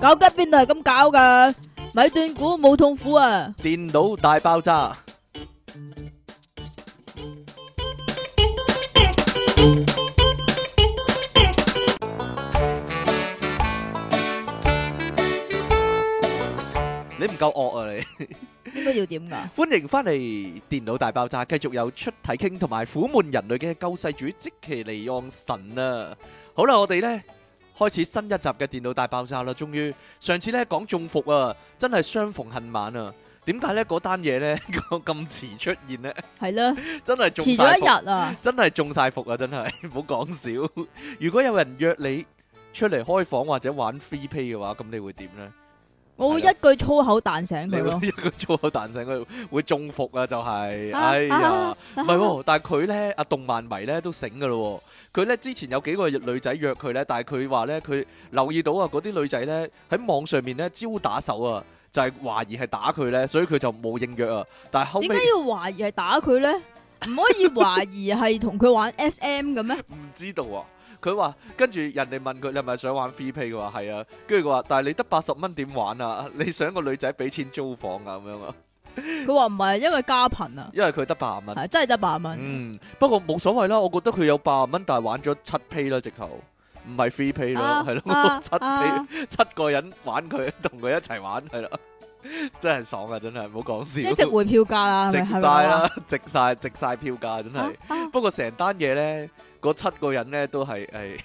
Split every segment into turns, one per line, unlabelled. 搞吉邊度係咁搞噶？咪斷估冇痛苦 啊！
電腦大爆炸。你唔夠惡啊你！
應該要點噶？
歡迎翻嚟《電腦大爆炸》，繼續有出體傾同埋苦悶人類嘅救世主即其尼昂神啊！好啦，我哋呢開始新一集嘅《電腦大爆炸》啦，終於上次呢講中伏啊，真係相逢恨晚啊！點解呢嗰單嘢呢 咁咁遲出現呢？
係啦，
真係中
遲
晒
咗一
伏
日啊！
真係中晒伏啊！真係 唔好講少。如果有人約你出嚟開房或者玩 free pay 嘅話，咁你會點呢？
我會一句粗口彈醒
你
佢咯
會。一個粗口彈醒佢會中伏啊！就係、
啊
哎呀〜
啊
唔係喎，但係佢咧，阿動漫迷咧都醒噶咯喎。佢咧之前有幾個女仔約佢咧，但係佢話咧，佢留意到啊，嗰啲女仔咧喺網上面咧招打手啊，就係、懷疑係打佢咧，所以佢就冇應約啊。但係後
點解
尾
要懷疑係打佢咧？唔可以懷疑係同佢玩 S.M. 嘅咩？
唔知道啊。佢話跟住人哋問佢你係咪想玩 free pay？佢話係啊，跟住佢話但係你得八十蚊點玩啊？ 你想個女仔俾錢租房啊咁樣啊？
佢話唔係，因為家貧 啊，
因為佢得八十蚊。
係真係得八蚊。
嗯，不過冇所謂啦，我覺得佢有八十蚊，但係玩咗七 pay 啦，直頭唔係 free pay 咯，
啊
係咯
啊
七 pay
啊
七個人玩佢，同佢一齊玩係啦，真係爽啊！真係唔好講
即
笑，
係值回票價啦，係咪？
值晒
係咪啊
啦，值晒值晒票價真係。
啊
不過成單嘢咧，嗰七個人咧都係係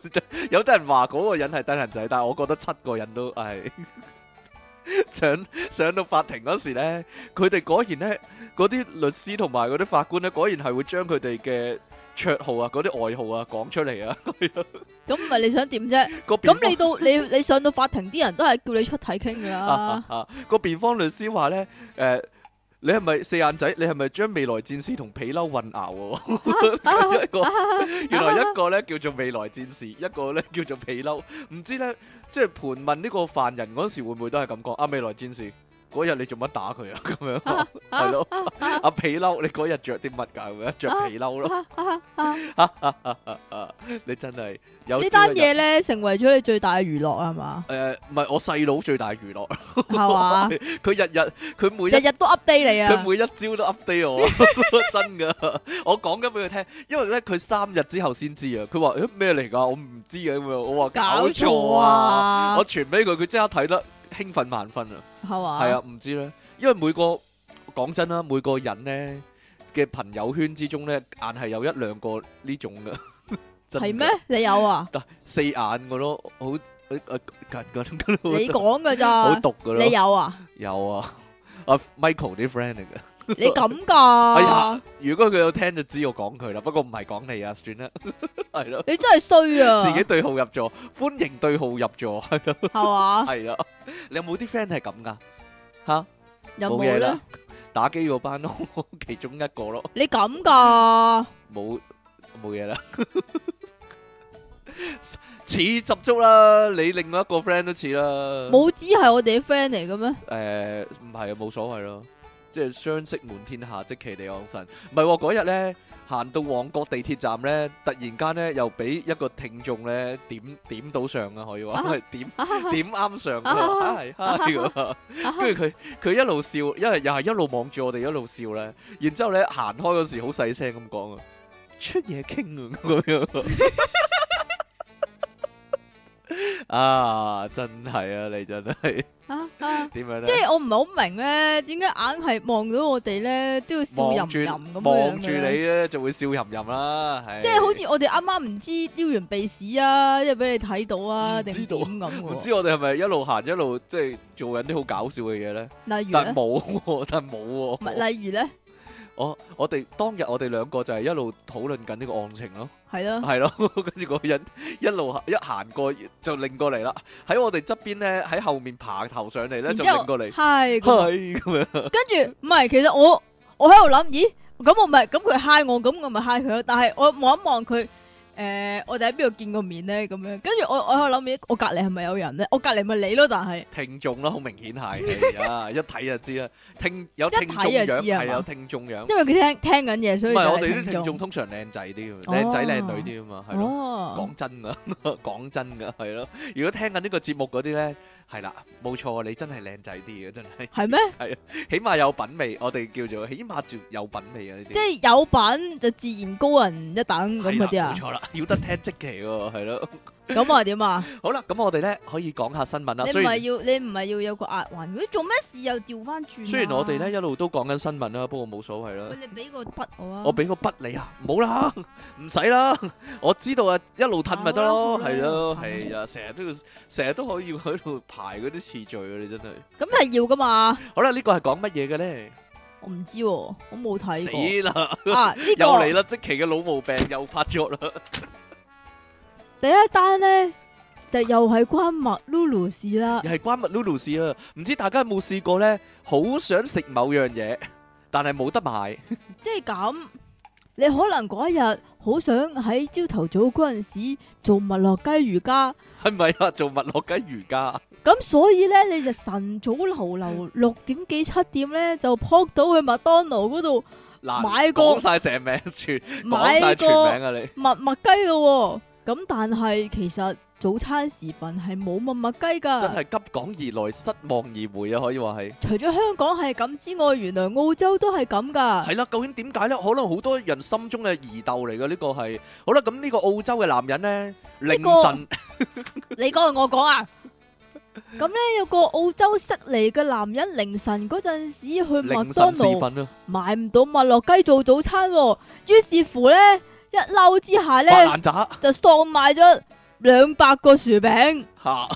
有啲人話嗰個人係低能仔，但係我覺得七個人都係 上上到法庭嗰時咧，佢哋果然咧，嗰啲律師同埋嗰啲法官咧，果然係會將佢哋嘅绰號啊、嗰啲外號啊講出嚟啊。
咁唔係你想點啫？
個辯
咁
方
你到你你上到法庭，啲人都係叫你出體傾噶 啦。 啊
個辯方律師話咧，誒、你係咪四眼仔？你係咪將未來戰士同皮褸混淆啊？ 一
啊
個原來一個咧叫做未來戰士，一個咧叫做皮褸。唔知咧，即係盤問呢個犯人嗰時會唔會都係咁講啊？未來戰士嗰日你做乜打佢啊？咁 樣啊係咯，阿皮褸你嗰日着啲乜㗎？
啊
咁樣着皮褸咯，啊你真係有
呢
朝
單
一日
嘢咧，成為咗你最大嘅娛樂係嘛？
誒，唔係我細佬最大娛樂，
係嘛？
佢日日佢每一
日日都 update 你
佢
啊！
每一朝都 update 我， 真噶，我講緊俾佢聽，因為咧佢三日之後先知啊。佢話誒咩嚟㗎？我唔知啊咁樣，我話搞
搞
錯
錯
啊！
啊
我！傳俾佢，佢即刻睇得興奮萬分啊！
係嘛？
係啊，唔知咧，因為每個講真啦，每個人咧嘅朋友圈之中咧，硬係有一兩個呢種嘅， 真㗎
係咩？？你有啊？
但四眼嘅咯，好誒誒近嗰
你
啲
講噶
好
咋？
毒嘅
你
咯，
有啊？
有啊，阿 Michael 啲 friend 嚟嘅。
你咁噶？
哎呀，如果佢有聽就知我講佢啦，不過唔係講你啊，算啦， 係咯，
你真係衰啊！
自己對號入座，歡迎對號入座，係咯，
係嘛？
係啦，你有冇啲 friend 係咁噶？
有冇
冇
咧
嘢啦？，打機嗰班咯， 其中一個咯，
你咁 噶？
冇冇嘢啦， 似十足啦，你另外一個 friend 都似啦，
冇知係我哋啲 friend 嚟嘅咩？
誒唔係啊，冇所謂咯，即係相識滿天下，即其地昂神。唔係喎，嗰日咧行到旺角地鐵站咧，突然間咧又俾一個聽眾咧點點到上啊，可以話
啊
係 點點啱上啊，
啊
係係咁啊 跟住佢佢一路笑，因為又係一路望住我哋一路笑咧，然之後咧行開嗰時好細聲咁講啊，出嘢傾啊咁樣。 啊！真係啊，你真係
啊 啊
點樣咧？
即係我唔係好明咧，點解硬係望到我哋咧都要笑
望
吟
住
吟咁樣
望
嘅
住你
咧？
咧，就會笑吟吟啦。係
即係好似我哋啱啱唔知撩完鼻屎啊，即係俾你睇到啊，
唔
定
知
點
道
咁
唔
嘅
知我哋係咪一路行一路即係做緊啲好搞笑嘅嘢咧？
喎？例如
但
咧，
冇喎，但冇
唔係
喎。
例如咧，
我我哋當日我哋兩個就係一路討論緊呢個案情咯，
係咯，
係咯。 跟住嗰個人一路行一行過就擰過嚟啦，喺我哋側邊咧，喺後面爬頭上嚟咧
然
就
之後
擰過嚟，
係咁啊
係咁樣。
跟住唔係，其實我我喺度諗，咦，咁我咪咁佢嗨我，咁我咪嗨佢咯。但係我望一望佢，誒、我哋喺邊度見過面咧？咁樣，跟住我我喺度諗起我隔離係咪有人咧？我隔離咪你咯，但係
聽眾啦，好明顯係， 係啊，一睇就知啦，聽有
一睇
聽眾
就
樣，
知係
係
嘛
有聽眾樣，
因為佢聽聽緊嘢，所
唔
以就
係
係
我哋啲聽
聽
眾
眾
通常靚仔啲嘅，
哦
靚仔靚女啲啊嘛，係咯，
哦
講真啊， 講真噶，係咯，如果聽緊呢個節目嗰啲咧，係啦，冇錯，你真係靚仔啲嘅，真係，
係咩？
起碼有品味，我哋叫做起碼叫有品味啊呢啲
即。係有品就自然高人一等咁嗰啲啊
係啦冇？ 錯啦，要得聽即期喎，係咯。
咁啊點啊？
好啦，咁我哋咧可以講下新聞啦。
你
雖
唔係
然
要你唔係要有個壓環？佢做咩事又調翻轉啊？
雖然我哋咧一路都講緊新聞啦，不過冇所謂啦
喂，。你俾個筆我啊！
我俾個筆你啊，冇啦， 唔使啦，我知道啊，一路褪咪得
好
咯，
啦
係咯，
好啦
係啊，成日都要，成日都可以喺度排嗰啲次序啊，你真係。
咁係要噶嘛？
好啦，呢個係講乜嘢嘅咧？
我唔知喎，我冇睇過
死啦，
啊！呢
又嚟
個
啦，即期嘅老毛病又發 作啦，
第一單咧就又係關麥 Lulu 事啦。
又係關麥 Lulu 事啊！唔知大家有冇試過咧，好想食某樣嘢，但係冇得買。
即係咁，你可能嗰一日好想喺朝頭早嗰阵时做麥樂雞瑜伽，
系咪啊？做物落雞瑜伽，
咁所以咧你就晨早流流六點幾七點咧就撲到去麥當勞嗰度
嗱，
買過
講晒成名全，講晒
買
全
個
名啊！你
麥麥雞咯喎。咁但係其實早餐時分係冇麥麥雞
真
㗎，
係急講而來，失望而回啊！可以話係。
除咗香港係咁之外，原來澳洲都係咁㗎。
係啦，究竟點解咧？可能好多人心中嘅疑竇嚟嘅呢個係。好啦，咁呢個澳洲嘅男人咧，凌
呢個
晨
你講定我講啊？咁咧有個澳洲悉尼嘅男人凌晨嗰陣時去麥
凌
當
晨時
勞
分啊，
買唔到麥樂雞做早餐、喎，於是乎咧一嬲之下
發
咧
爛渣
就喪買咗兩百個薯餅，
吓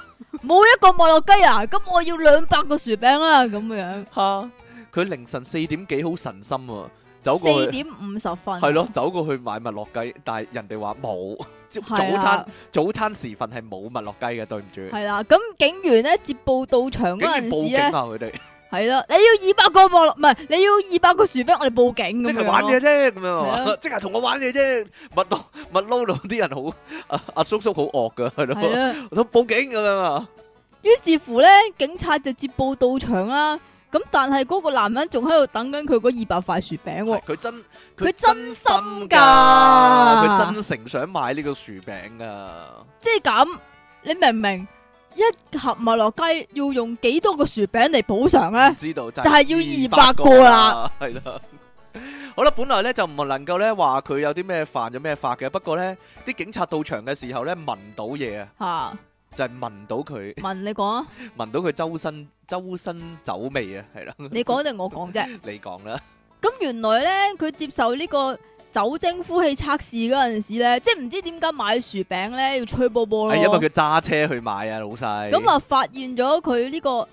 冇一個麥樂雞啊！咁我要兩百個薯餅啦、咁樣
吓，佢凌晨四點幾好神心啊，走過
四
去
點啊五十分
係咯，走過去買麥樂雞，但係人哋話冇，朝
係
早
啦
餐早餐時分係冇麥樂雞嘅，對唔住。
係啦，咁警員咧接報到場
竟
嗰
然
陣
報
時
警
咧
啊！佢哋。
係啦，你要二百個麥樂唔係你要二百個薯餅，我哋報警咁
即
樣
係玩
咯
嘢啫，咁樣
係
啊，
啊
即係同我玩嘢啫。麥當麥撈到啲人好，阿阿叔叔好惡噶，係
係
咯，
啦。
都報警咁樣啊。
於是乎咧，警察就接報到場啦。咁但係嗰個男人仲喺度等緊佢嗰二百塊薯餅喎。
佢真
佢真心㗎
㗎，佢真誠想買呢個薯餅噶。
即係咁，你明唔明？一盒麥樂雞要用幾多個薯餅嚟補償
唔
咧？
知道就
就
係
係要200
200
個
à.
啦，
係啦。好啦，本來咧就唔能夠咧話佢有啲咩犯咗咩法嘅，不過咧啲警察到場嘅時候咧聞到嘢啊，
吓、
就係聞到佢
問你講啊，
聞到佢周身周身酒味啊，係啦，
你講定我講啫？
你講啦。
咁原來咧，佢接受呢個酒精呼氣測試嗰陣時咧，即係唔知點解買薯餅咧要吹波波咯。
係因為佢揸車去買啊，老細。
啊咁 啊，發現咗佢呢個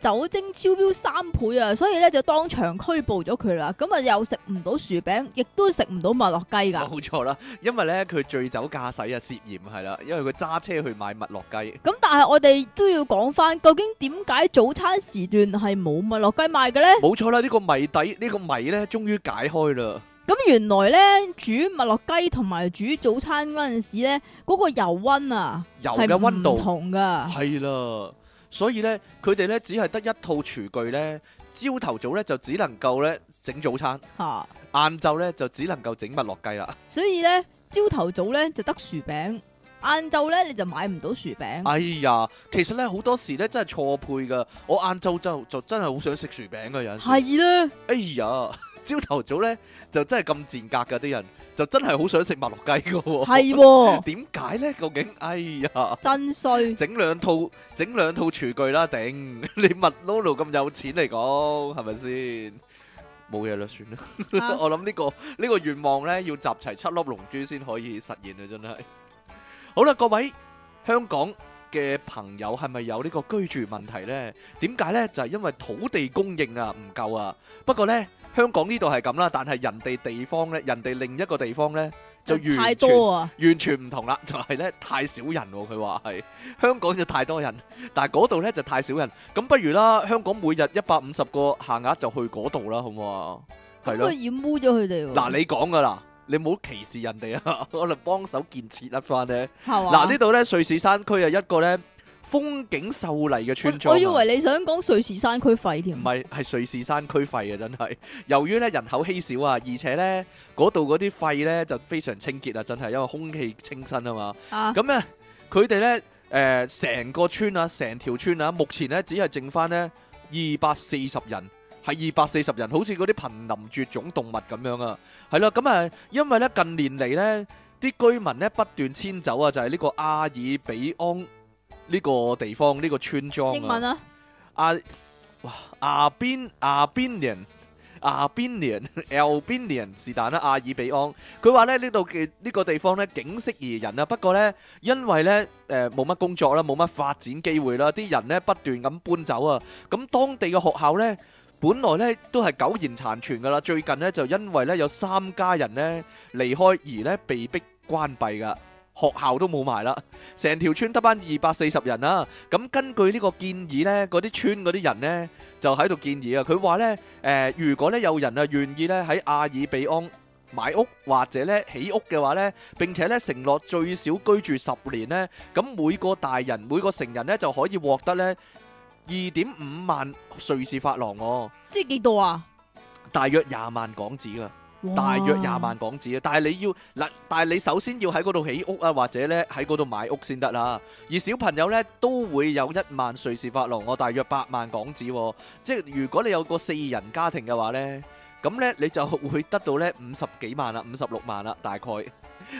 酒精超標三倍啊，所以咧就當場拘捕咗佢啦。咁啊，又食唔到薯餅，亦都食唔到麥樂雞㗎。
冇錯啦，因為咧佢醉酒駕駛啊，涉嫌係啦，因為佢揸車去買麥樂雞，
咁但係我哋都要講翻，究竟點解早餐時段係冇麥樂雞賣嘅咧？
冇錯啦，呢、個謎底呢、個謎咧，終於解開啦，
咁原來咧煮麥樂雞同埋煮早餐嗰陣時咧，嗰、個油温啊
油
係
嘅温
唔
度
同㗎。
係啦，所以咧佢哋咧只係得一套廚具咧，朝頭早咧就只能夠咧整早餐，
嚇、
晏晝咧就只能夠整麥樂雞啦。
所以咧朝頭早咧就得薯餅，晏晝咧你就買唔到薯餅。
哎呀，其實咧好多時咧真係錯配噶，我晏晝就就真係好想食薯餅嘅有陣時
係啊啦、
哎呀， 朝頭早咧就真係咁賤格㗎啲人，就真係好想食麥樂雞㗎喎。
係喎。
點解咧？究竟哎呀，
真衰，
整兩套整兩套廚具啦，頂 你麥 Lolo 咁有錢嚟講，係咪先？冇嘢啦，算啦。
啊
我諗呢、個呢、個願望咧，要集齊七粒龍珠先可以實現啊！真係。好啦，各位香港嘅朋友係咪有呢個居住問題呢？點解呢？就係、因為土地供應啊唔夠啊。不過呢，香港呢度係咁啦，但係人哋地方呢，人哋另一個地方呢，就完全
太多啊！
完全唔同啦，就係、呢，太少人喎、佢話係香港就太多人，但係嗰度呢就太少人。咁不如啦，香港每日一百五十個限額就去嗰度啦，好唔好啊？係
咁
咯。
佢染污咗佢哋喎。
嗱，你講噶啦，你唔好歧視人哋啊， 可能幫手建設一番咧。
系嘛？
嗱呢度咧瑞士山區啊一個咧風景秀麗嘅村莊
我
啊。
我以為你想講瑞士山區廢添
唔，係，係瑞士山區廢啊！真係，由於咧人口稀少啊，而且咧嗰度嗰啲廢咧就非常清潔啊，真係因為空氣清新啊嘛。
啊
咁咧，佢哋咧誒成個村啊，成條村啊，目前咧只係剩翻咧二百四十人。係二百四十人，好似嗰啲瀕臨絕種動物咁樣啊，係啦，咁啊，因為咧近年嚟咧，啲居民咧不斷遷走啊，就係、呢個阿爾比安呢個地方呢、個村莊
英
啊
文。啊，
阿哇阿邊阿邊人阿邊 人 L 邊人是但啦，阿爾比安。佢話咧呢度嘅呢個地方咧景色宜人啊，不過咧因為咧誒冇乜工作啦，冇乜發展機會啦，啲人咧不斷咁搬走啊，咁當地嘅學校咧。本來咧都係苟延殘存噶啦，最近咧就因為咧有三家人咧離開而咧被逼關閉噶，學校都冇埋啦，成條村得翻二百四十人啦、咁根據呢個建議呢，嗰啲村嗰啲人呢，就喺度建議啊，佢話呢，誒、如果呢有人啊願意呢喺阿爾比安買屋或者呢起屋嘅話呢，並且呢承諾最少居住十年呢，咁每個大人每個成人呢就可以獲得呢二點五萬瑞士法郎喎、
即係幾多啊？
大約廿萬港紙啊！
哇
大約廿萬港紙啊！但係你要嗱，但係你首先要喺嗰度起屋啊，或者咧喺嗰度買屋先得啦。而小朋友咧都會有一萬瑞士法郎，我大約八萬港紙喎。即係如果你有個四人家庭嘅話咧，咁咧你就會得到咧五十幾萬啦，五十六萬啦，大概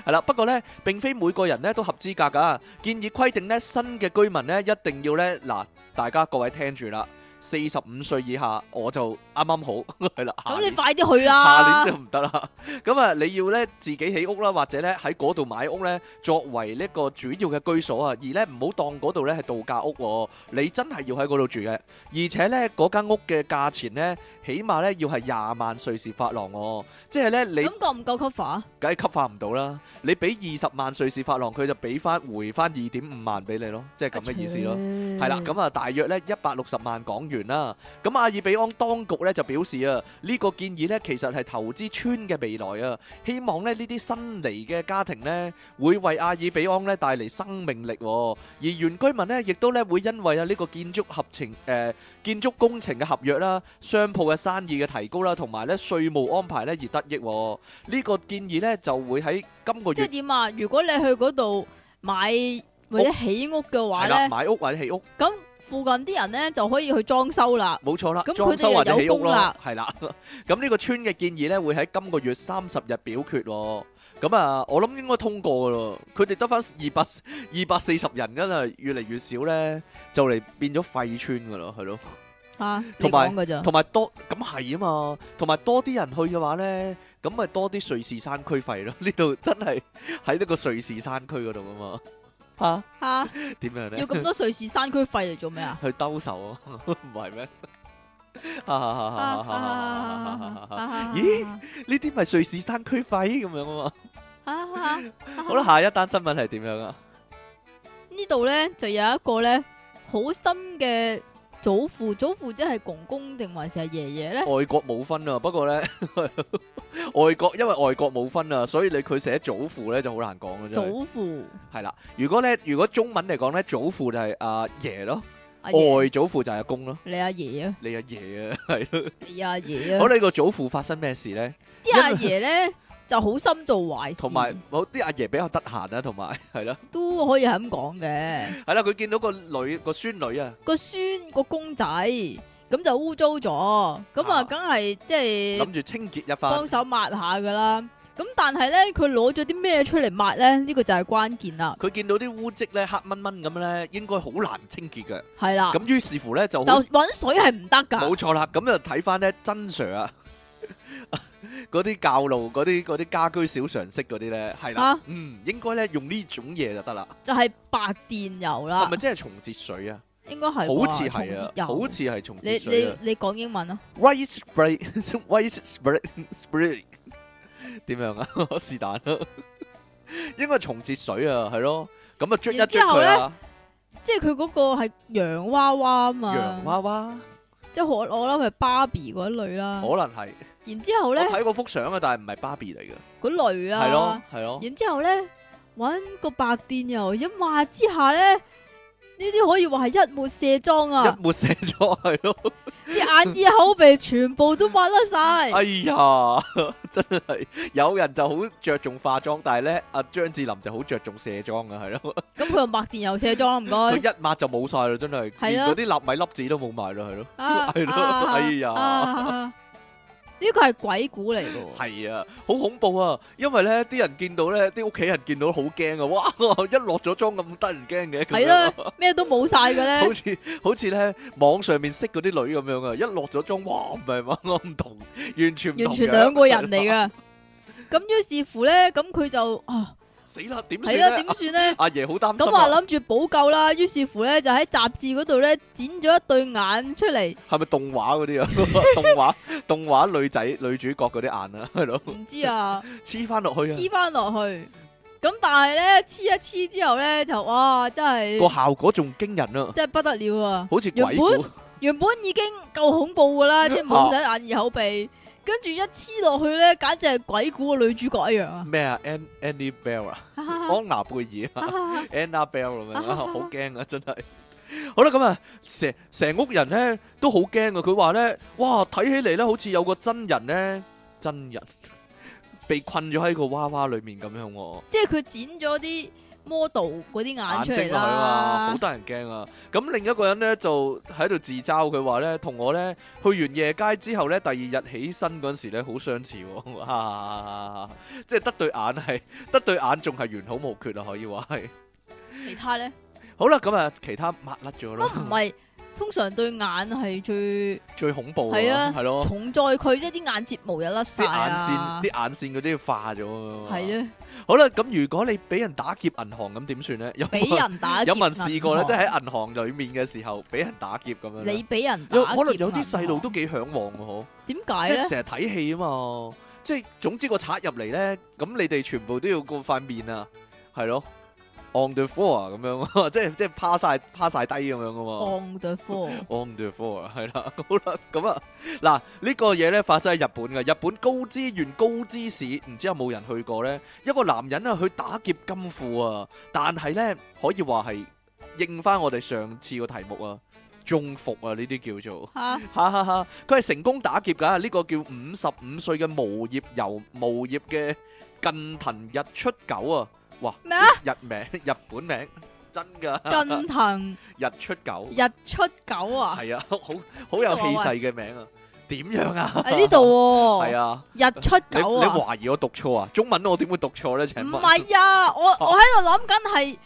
係啦。不過咧，並非每個人咧都合資格㗎。建議規定咧，新嘅居民咧一定要咧嗱，大家各位聽住啦，四十五歲以下我就啱啱好係啦。下
咁
年
你快啲去啦
下！年就唔得啦。 咁啊，你要咧自己起屋啦，或者咧喺嗰度買屋咧，作為呢個主要嘅居所啊。而咧唔好當嗰度咧係度假屋喎，你真係要喺嗰度住嘅。而且咧嗰間屋嘅價錢咧，起碼咧要係廿萬瑞士法郎喎。即係咧你
咁夠唔夠 cover 啊？
梗係吸化唔到啦。你俾二十萬瑞士法郎，佢就俾翻回翻二點五萬俾你咯，即係咁嘅意思咯。係啦，咁啊，大約咧一百六十萬港元啦。咁阿爾比安當局咧就表示啊，呢、個建議咧其實係投資村嘅未來啊，希望咧呢啲新嚟嘅家庭咧會為阿爾比安咧帶嚟生命力、喎。而原居民咧亦都咧會因為啊呢個建築合情誒、呃建築工程嘅合約啦、商鋪嘅生意嘅提高啦，同埋咧稅務安排咧而得益、喎。呢、個建議咧就會喺今個
即係
月
點啊？如果你去嗰度買或者起屋嘅話
係啦
咧，
買屋或者起屋。
咁附近啲人咧就可以去裝修啦。
冇錯啦，
咁
裝
佢
修
哋
或
又
者起
有
屋
功
咯
啦，
係啦。 咁呢個村嘅建議咧，會喺今個月三十日表決喎。咁啊，我諗應該通過噶咯。佢哋得翻二百 二百四十人，真係越嚟越少咧，就嚟變咗廢村噶咯，係咯。
吓，你
同埋
講噶咋？
同埋多咁係啊嘛，同埋多啲人去嘅話咧，咁咪多啲瑞士山區費咯。呢 度真係喺呢個瑞士山區嗰度啊嘛。嚇、
吓，
點樣咧？
要咁多瑞士山區費嚟做咩啊？
去兜售啊？ 唔係咩？咦
咦？
呢啲咪瑞士山區費咁樣啊嘛。好
好
啦，，下一單新聞係點樣 啊？
呢度咧就有一個咧好深嘅祖父，祖父即係公公定還是係爺爺咧？
外國冇分啊，不過咧， 外國因為外國冇分啊，所以你佢寫祖父咧就好難講嘅啫。
祖父
係啦，如果咧，如果中文嚟講咧，祖父就係阿爺咯，
阿爺，
外祖父就係阿公咯，
你阿爺啊，
你阿爺啊， 係咯。
你阿爺
好
啊，
啦，你個祖父發生咩事咧？
啲阿爺咧就好心做壞事，
同埋好啲阿爺比較得閒啦，同埋 係啦，
都可以係咁講嘅。
係啦，佢見到個女個孫女啊，
個孫個公仔咁就污糟咗，咁
啊
啊，梗係即係
諗住清潔一番
幫。手抹下噶啦。咁但係咧，佢攞咗啲咩出嚟抹咧？呢個就係關鍵啦，
佢見到啲污跡咧黑蚊蚊咁咧，應該好難清潔嘅。
係啦。
咁於是乎咧就
就
好
搵水係唔得噶
冇，錯啦，咁就睇翻咧真 Sir 啊， 嗰啲教路嗰啲嗰啲家居小常識嗰啲咧，係啦
啊，
嗯，應該咧用呢種嘢就得啦，
就係白電油啦
係咪，真係重節水啊？
應啊該係
好
啩
似
重
係
節
啊，
油
好似係重
你
節水
你
啊
你講英文啊，
，white spray，white spray，spray 點樣啊？ 是但啦，應該重節水啊，係咯，咁啊捽一
然
捽
之後
佢
咧
啦，
即係佢嗰個係洋娃娃啊嘛，
洋娃娃
即係我我諗係芭比嗰一類啦，
可能係。
然之後
我
咧
睇過幅相啊，但係唔係芭比嚟嘅，
嗰類
係咯
啊，
係咯，
然之後咧揾個白電油一抹之下咧，呢啲可以話係一抹卸妝啊
一！抹寫咗係咯。
啲眼耳口鼻全部都抹得晒。
哎呀， 真係有人就好着重化妝，但係咧阿張智霖就好着重卸妝啊，係咯，
咁佢又抹電油卸妝，唔
佢
該。
一抹就冇晒啦，真係，
哦係
連
啊
嗰啲納米粒子都冇埋啦，係咯，
啊
係咯
啊
哎呀
啊呢個係鬼故嚟嘅
係啊，好恐怖啊，因為咧啲人見到咧，啲屋企人見到好驚啊，哇， 一落咗妝咁得人
喎，
驚嘅，
係
咁樣啊。
啦，咩都冇晒嘅咧
好，似好似咧網上面識嗰啲女咁樣啊，一落咗妝，哇唔係嘛， 我唔同，完全唔同
完全
樣
兩個人嚟，嘅。咁於是乎咧，咁佢就啊，
死啦點算
係啦，
咧？
點算咧？
阿阿爺好擔
咁
心
話
啊，
諗住補救啦，於是乎咧就喺雜誌嗰度咧剪咗一對眼出嚟，
係咪動畫嗰啲啊？ 動畫動畫女仔女主角嗰啲眼啊，係咯，
唔知 啊，
黐翻落去啊，
黐翻落去。咁但係咧黐一黐之後咧就哇，真
個
係
效果仲驚人啊，
真係不得了啊！
好似
原
鬼
本
故。
原本已經夠恐怖噶啦，即係冇使眼耳口鼻，跟住一黐落去咧，簡直係鬼故嘅女主角一樣啊！
咩啊？An Annie Bell 啊，安娜貝爾啊，Anna Bell 咁樣啊，好驚啊，真係。好啦，咁啊，成成屋人咧都好驚啊！佢話咧，哇，睇起嚟咧，好似有個真人咧，真人 被困咗喺個娃娃裏面咁樣喎，
即係佢剪咗啲 model 嗰啲眼出
眼睛
嚟
落去啊，
啦
好，得人驚啊！咁另一個人咧就喺度自嘲，佢話咧，同我咧去完夜街之後咧，第二日起身嗰陣時咧，好相似喎， 啊即係得對眼係 得對眼仲係完好無缺啊，可以話係。
其他 咧
好啦，咁啊，其他抹甩咗
乜啊唔
啦，
係通常對眼係最
最恐怖
係啊
係咯，
重在佢，即係啲眼睫毛又甩
啲
晒
眼
啊
線，啲，眼線嗰啲化咗啊嘛。
係啊，
好啦，咁如果你俾人打劫銀行咁點算咧？有冇
俾人打劫啊
有冇人試過咧？
銀行
即係喺銀行裡面嘅時候俾人打劫咁樣 呢
你俾人打
有
劫
可能有啲
銀行
細路都幾向往嘅嗬，
點解
即係
咧？
成日睇戲啊嘛。即係總之個賊入嚟咧，咁你哋全部都要個塊面啊，係咯，on the floor 啊咁樣， 即係即係趴晒趴晒低咁樣噶嘛。
On the floor，
On the floor 啊係啦， 好啦，咁啊，嗱呢個嘢咧發生喺日本嘅，日本高資源高知市，唔知有冇人去過呢？一個男人啊去打劫金庫啊，但係呢，可以話係應翻我哋上次個題目啊，中伏啊呢啲叫做。
吓
哈哈哈！佢係成功打劫㗎，呢、個叫五十五歲嘅無業遊無業嘅近藤日出久啊！哇，
咩啊？
日名日本名真㗎，
近藤
日出久。
日出狗 啊！
系啊，好好有氣勢嘅名啊！點樣啊？
喺呢度喎，
係啊，
日出
你你
狗啊，
懷疑我讀錯啊？中文我點會讀錯咧？請
唔
問
係啊，
哦
我我喺度諗緊係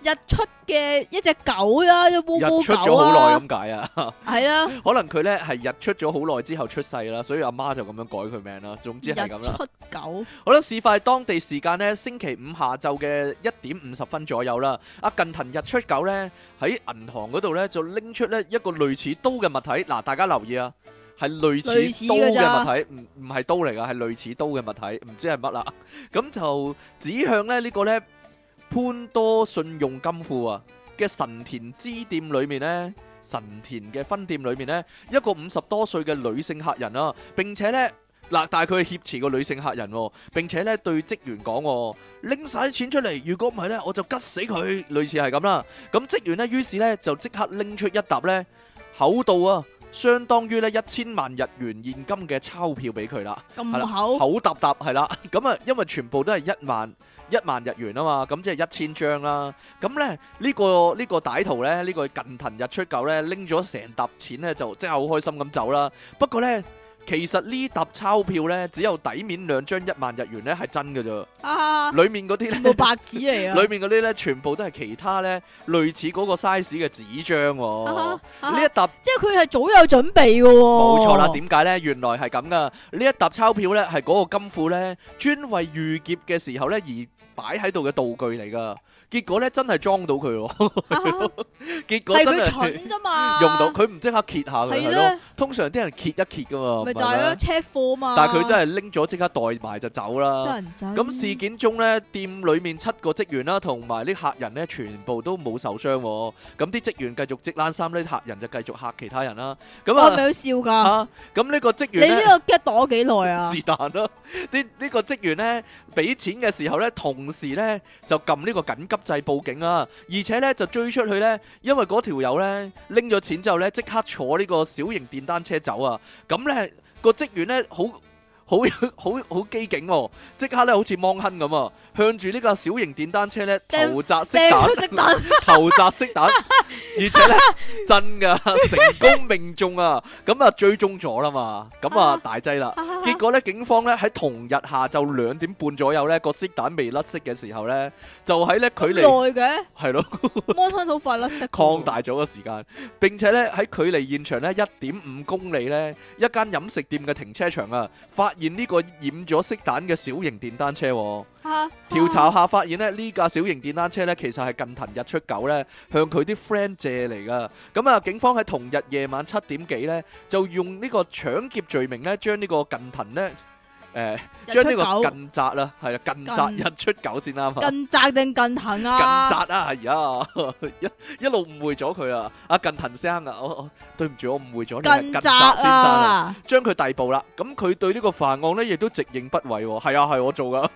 日出嘅一隻狗啊啦，只烏
日出
烏
咗
狗
好
啊
耐，咁解啊？
係啊，
可能佢咧係日出咗好耐之後出世啦，所以阿媽就咁樣改佢名啦。總之係
日
咁啦。
出狗
好啦，事發係當地時間咧星期五下晝嘅一點五十分左右啦。阿近藤日出久咧喺銀行嗰度咧就拎出咧一個類似刀嘅物體，嗱大家留意啊，係類
類似
似刀
㗎咋
嘅物體，唔唔係刀嚟噶，係類似刀嘅物體，唔知係乜啦。 咁就指向咧呢個咧潘多信用金庫啊嘅神田支店裏面咧。神田嘅分店裏面呢，一個五十多歲嘅女性客人啊，並且呢，嗱，但係佢係挟持個女性客人、喎，並且呢對職員講、喎：拎晒啲錢出嚟，如果唔係呢，我就吉死佢，類似係咁啦。咁職員呢，於是呢就即刻拎出一沓呢厚度啊，相當於呢一千萬日元現金嘅鈔票俾佢啦。係啦
咁 厚，
口搭搭係啦，咁啊，因為全部都係一萬一萬日元啊嘛，咁即係一千張啦。咁咧呢個呢個歹徒咧，呢個近藤日出久咧，拎咗成沓錢咧，就即係好開心咁走啦。不過咧，其實呢沓鈔票咧，只有底面兩張一萬日元咧係真嘅啫，
啊，
裡面嗰啲咧
冇。白紙嚟
裏
啊
面嗰啲咧，全部都係其他咧，類似嗰個 size 嘅紙張喎。
啊
哦呢
哈，啊
一沓
即係佢係早有準備嘅喎，
冇錯啦，點解呢？原來係咁噶，呢一沓鈔票呢，係嗰個金庫呢，專為遇劫嘅時候呢而擺喺度嘅道具嚟噶。結果呢，真係裝到 佢喎，
啊
結果
係
真
佢
係
蠢啫嘛，
用到，佢唔即刻揭下佢啊
係
係咯。
咧，
通常啲人揭一揭噶嘛，唔
咪就係
啦
咯，車貨嘛。
但係佢真係拎咗即刻袋埋就走啦。
真係唔
咁事件中呢，店裏面七個職員啦，同埋啲客人呢，全部都冇受傷喎。咁啲職員繼續織冷衫呢，啲客人就繼續嚇其他人啦。咁
我係咪
啊，
要笑㗎？
啊，咁呢個職
哦你
員呢，
呢個 get 躲幾耐啊？
是但啦。呢呢個職員呢，俾錢嘅時候呢，同時呢，就撳呢個緊急掣報警啊，而且呢，就追出去呢，因為嗰條友呢，拎咗錢之後呢，即刻坐呢個小型電單車走啊。咁呢個職員呢，好好好好機警喎、即刻呢好似芒亨咁啊，向住呢架小型電單車呢，
掟
投擲色
掟
彈
咗。色彈，
投擲色彈，而且咧真噶成功命中啊！咁啊追蹤咗啦嘛，咁啊
啊
大劑啦。 結果咧，警方咧喺同日下晝兩點半左右咧，個色彈未甩色嘅時候咧，就喺咧距離
咁耐嘅
係咯
mon 好快甩色㗎喎。
擴大咗個時間，並且咧喺距離現場咧一點五公里咧一間飲食店嘅停車場啊，發現呢個染咗色彈嘅小型電單車喎。
啊
調查下發現咧，呢架小型電單車咧，其實係近藤日出久咧向佢啲 friend 借嚟噶。咁啊，警方喺同日夜晚七點幾咧，就用呢個搶劫罪名咧，將呢個近藤咧，誒、
日出
將呢
狗
個近澤啦，係啊，近澤
近
日出久先啱啊。
近窄定近行
近
啊？
澤啊，係啊， 一一路誤會咗佢啊，阿近藤生啊，我我對唔住，我誤會咗你係
近
近
窄
澤先生啊。
啊！
將佢逮捕啦，咁佢對呢個犯案咧，亦都直認不諱喎。係啊，係 我做噶。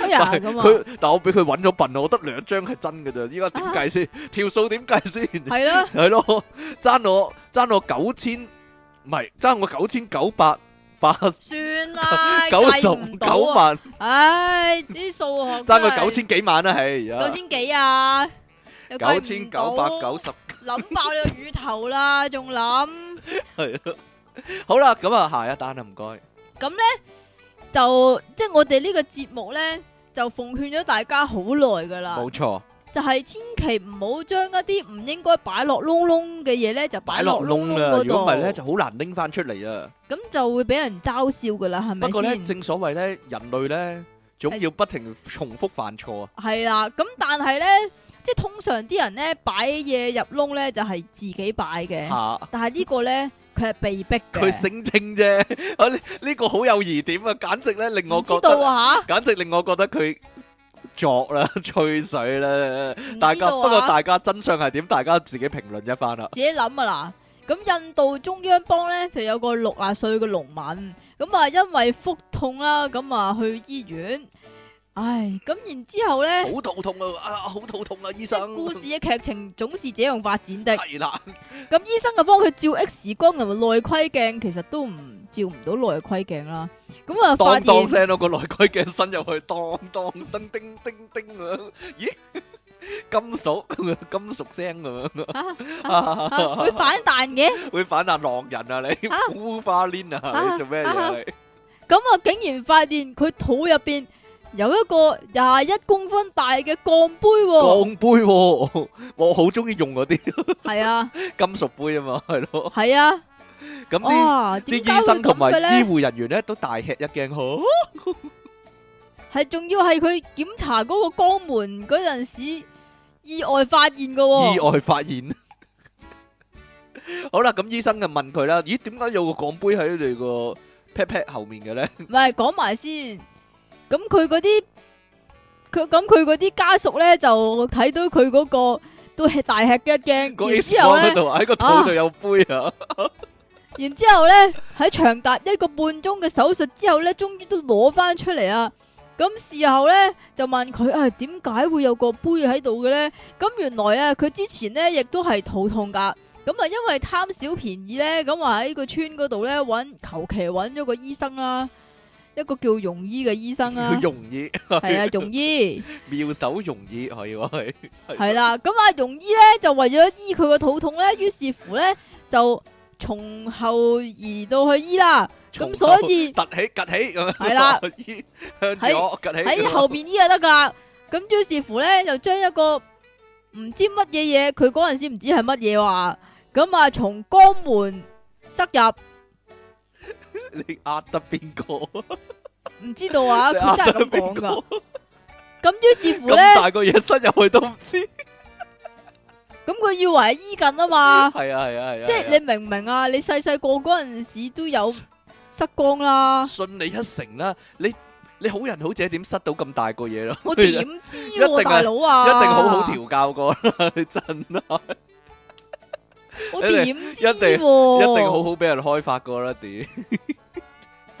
哎呀
但係
咁啊，
佢，但我俾佢揾咗笨啊！我得兩張係真嘅咋，依家點計先？跳數點計先？
係啦，
係咯，爭我爭我九千，唔係爭我九千九百八
算啦，
九十
計唔到
九
啊！
萬，
唉，啲數學
爭
真
佢
係
九千幾萬啦，係
九
而家
千幾啊？又計唔
九千九百九十
到，諗爆你個乳頭啦，仲諗
係咯。好啦，咁啊，下一單啦，唔該。
就即係我哋呢個節目咧，就奉勸咗大家好耐噶啦，
冇錯，
就係千祈唔好將一啲唔應該擺落窿窿嘅嘢咧，就
擺
擺
落
落窿
窿啦
嗰。
如果唔係
度，
咧，就好難拎翻出嚟啊。
咁就會俾人嘲笑噶啦，係
不過
咪
咧，
先？
正所謂咧，人類咧總
係
要不停重複犯錯啊。
系啦，咁但系咧，即系通常啲人咧擺嘢入窿咧就係自己擺嘅，
嚇！
但係呢個咧佢係被逼
佢
嘅，
聲稱啫，啊呢呢個好有疑點啊，簡直咧令我
唔知
覺
道
得，
啊
簡直令我覺得佢作啦、吹水啦。
吓，唔
大
知
家
道
不過
啊，
大家真相係點，大家自己評論一番啦。
自己諗啊嗱。咁印度中央邦咧就有個六啊歲嘅農民，咁啊因為腹痛啦，咁啊去醫院，唉，咁然之後咧，
好肚痛啊！啊，好肚痛啊，醫
即係
生。
故事嘅劇情總是這樣發展的。
係啦，
咁醫生就幫佢照 X 光同埋內窺鏡，其實都唔照唔到內窺鏡啦。咁啊，發
當當
現
聲咯，個內蓋鏡伸入去，當當噔叮叮叮咁樣。 咦？金屬金屬聲咁樣，À,
啊會反彈嘅，
會反彈狼人啊你
啊，
烏花鏈啊
啊
你做咩
啊
嘢你？
咁啊竟然發現佢肚入邊有一個廿一公分大嘅鋼杯喎，
鋼杯喎，我好中意用嗰啲。
係啊
金屬杯啊嘛，係咯。
係啊，
咁啲
哇，
啲
點解
醫
會
生
咁
同埋
嘅
醫
咧？
護人員咧都大吃一驚，好
係仲要係佢檢查嗰個肛門嗰陣時意外發現嘅
意
喎，
外發現。好啦，咁醫生就問佢啦，咦，點解有個鋼杯喺你個 pat pat 後面嘅咧？
唔係講埋先。咁佢嗰啲佢咁佢嗰啲家屬咧就睇到佢嗰個都係大吃一
個
驚，然
X
之後
光
咧
嗰。度喺個肚度有杯啊！，
然之后咧喺長達一個半鐘嘅手術之後咧，終於都攞翻出嚟啊！咁事後咧就問佢啊，點解會有個杯喺度嘅咧？咁原來啊，佢之前咧亦都係肚痛噶，咁啊因為貪小便宜咧，咁啊喺個村嗰度咧揾求其揾咗個醫生啦，一個叫容醫嘅醫生啦
容易
係啊容醫。
妙手容易可以話係
系啦，咁阿容姨咧就為咗醫佢個肚痛咧，於是乎咧就從後移到去醫啦。
從
咁所以
凸起趌起咁樣。
係啦，
醫向左趌起
喺後邊醫就得噶啦。咁於是乎咧就將一個唔知乜嘢嘢，佢嗰阵时唔知係乜嘢話，咁啊從肛門塞入，
你呃得邊個？
唔知道 啊，
你
佢
呃
真係
得
咁
邊
講
個
噶。？咁於是乎
咁
咧，
大個嘢塞入去都唔知。
咁佢以為係醫緊啊嘛。
係啊係啊係啊！
即
係
係
啊
你明唔明啊？你細細個嗰陣時都有塞光啦，
信你一成啦，你你好人好姐點塞到咁大個嘢咯？
我點知
一定
喎
係
大佬啊？
一定好好，調教 過啦，你真啊，
我點知
一定一一
喎？
定好好俾人開發過啦，屌！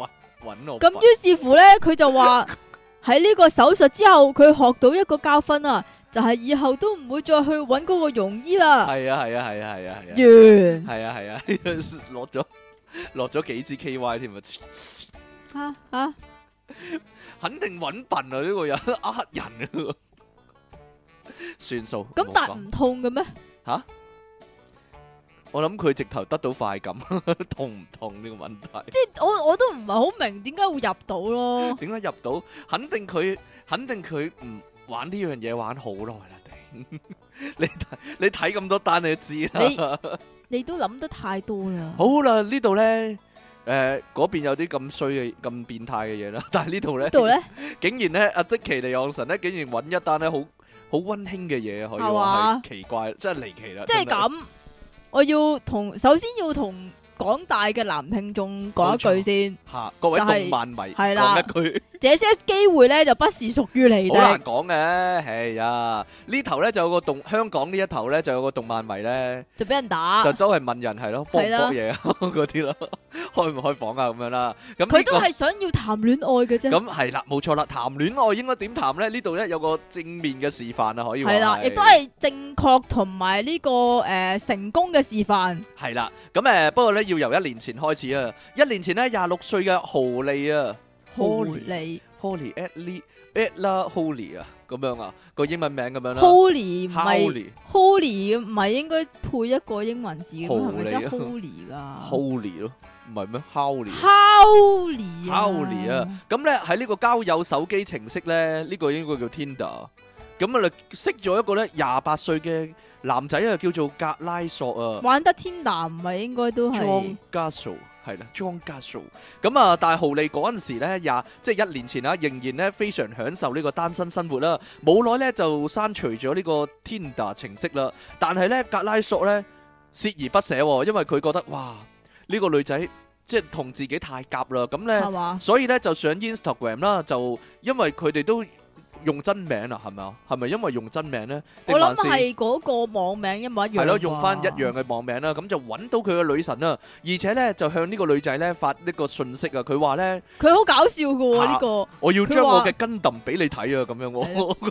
揾揾我
咁於是乎咧，佢就話 喺呢個手術之後，佢學到一個教訓啊，就係以後都唔會再去揾嗰個庸醫啦。
係啊係啊係啊係啊係啊！
完
系啊系啊， 落咗落咗幾支 K Y 添啊，
吓吓，
啊肯定揾笨啊呢個人呃人啊， 算數。
咁
冇
但
講
唔痛嘅咩？
我諗佢直頭得到快感， 痛唔痛呢個問題？
即係我我都唔係好明點解會入到 咯。
點解入到？肯定佢肯定佢唔玩呢樣嘢玩好耐啦，頂 你睇你睇咁多單你就知
你
啦。
你都諗得太多啦。
好啦，呢度咧。誒嗰邊有啲咁衰嘅、咁變態嘅嘢啦，但係呢度咧，
呢度咧
竟然咧，阿即奇尼昂神咧，竟然揾一單咧好好温馨嘅嘢，可以
係
話
嘛
係奇怪，真係離奇啦！
即係
真係，
咁，我要同首先要同廣大嘅男聽眾講一句先，
嚇各位
就係
動漫迷
係啦
講一句，
這些機會咧就不是屬於你
好難
的。
講嘅，哎呀！呢頭咧就有個動香港呢一頭咧就有個動漫迷咧，
就俾人打
就，周圍問人係咯，搏唔
啊係啦
搏嘢啊 嗰啲咯，開唔開房啊咁樣啦。咁呢
佢都
個
係想要談戀愛嘅啫。
咁係啦，冇錯啦，談戀愛應該點談咧？呢度咧有個正面嘅示範啊，可以話
系啦，亦都係正確同埋呢個诶成功嘅示範。
系啦，咁诶，不過咧要由一年前開始啊，一年前咧廿六歲嘅豪利啊，Holly
利
Holly Atlee Atla Holly 啊，咁樣啊，個英文名咁樣啦
Holy 唔係
，Holly
Holy 唔係應該配一個英文字嘅咩？
Holy
係咪真係
啊
Holy 噶
Holly 咯，唔係咩？Holly 啊
？Holy
Holly 啊，咁咧喺呢個交友手機程式咧，呢個應該叫 Tinder。咁啊，你識咗一個咧廿八歲嘅男仔啊，叫做格拉索啊
玩得天南唔係應該都係
，John Gasso 係啦，John Gasso。咁啊，但係豪利嗰陣時咧，廿即係一年前啦，仍然咧非常享受呢個單身生活啦。冇耐咧就刪除咗呢個 Tinder 程式啦。但係咧格拉索咧鍥而不捨喎，因為佢覺得哇呢、個女仔即係同自己太夾啦，咁咧
係嘛？
所以咧就上 Instagram 啦，就因為佢哋都用真名啦，係咪啊？係咪因為用真名咧？定
我諗
還是
係嗰個網名一模一樣。
係咯，用
à.
翻一樣。嘅網名啦，咁就揾到佢嘅女神啦，而且咧就向呢個女仔咧發呢個信息啊，佢話咧。
佢好搞笑噶喎
嚇
呢個。
我要將
佢話
我嘅根揼俾你睇啊，咁樣我。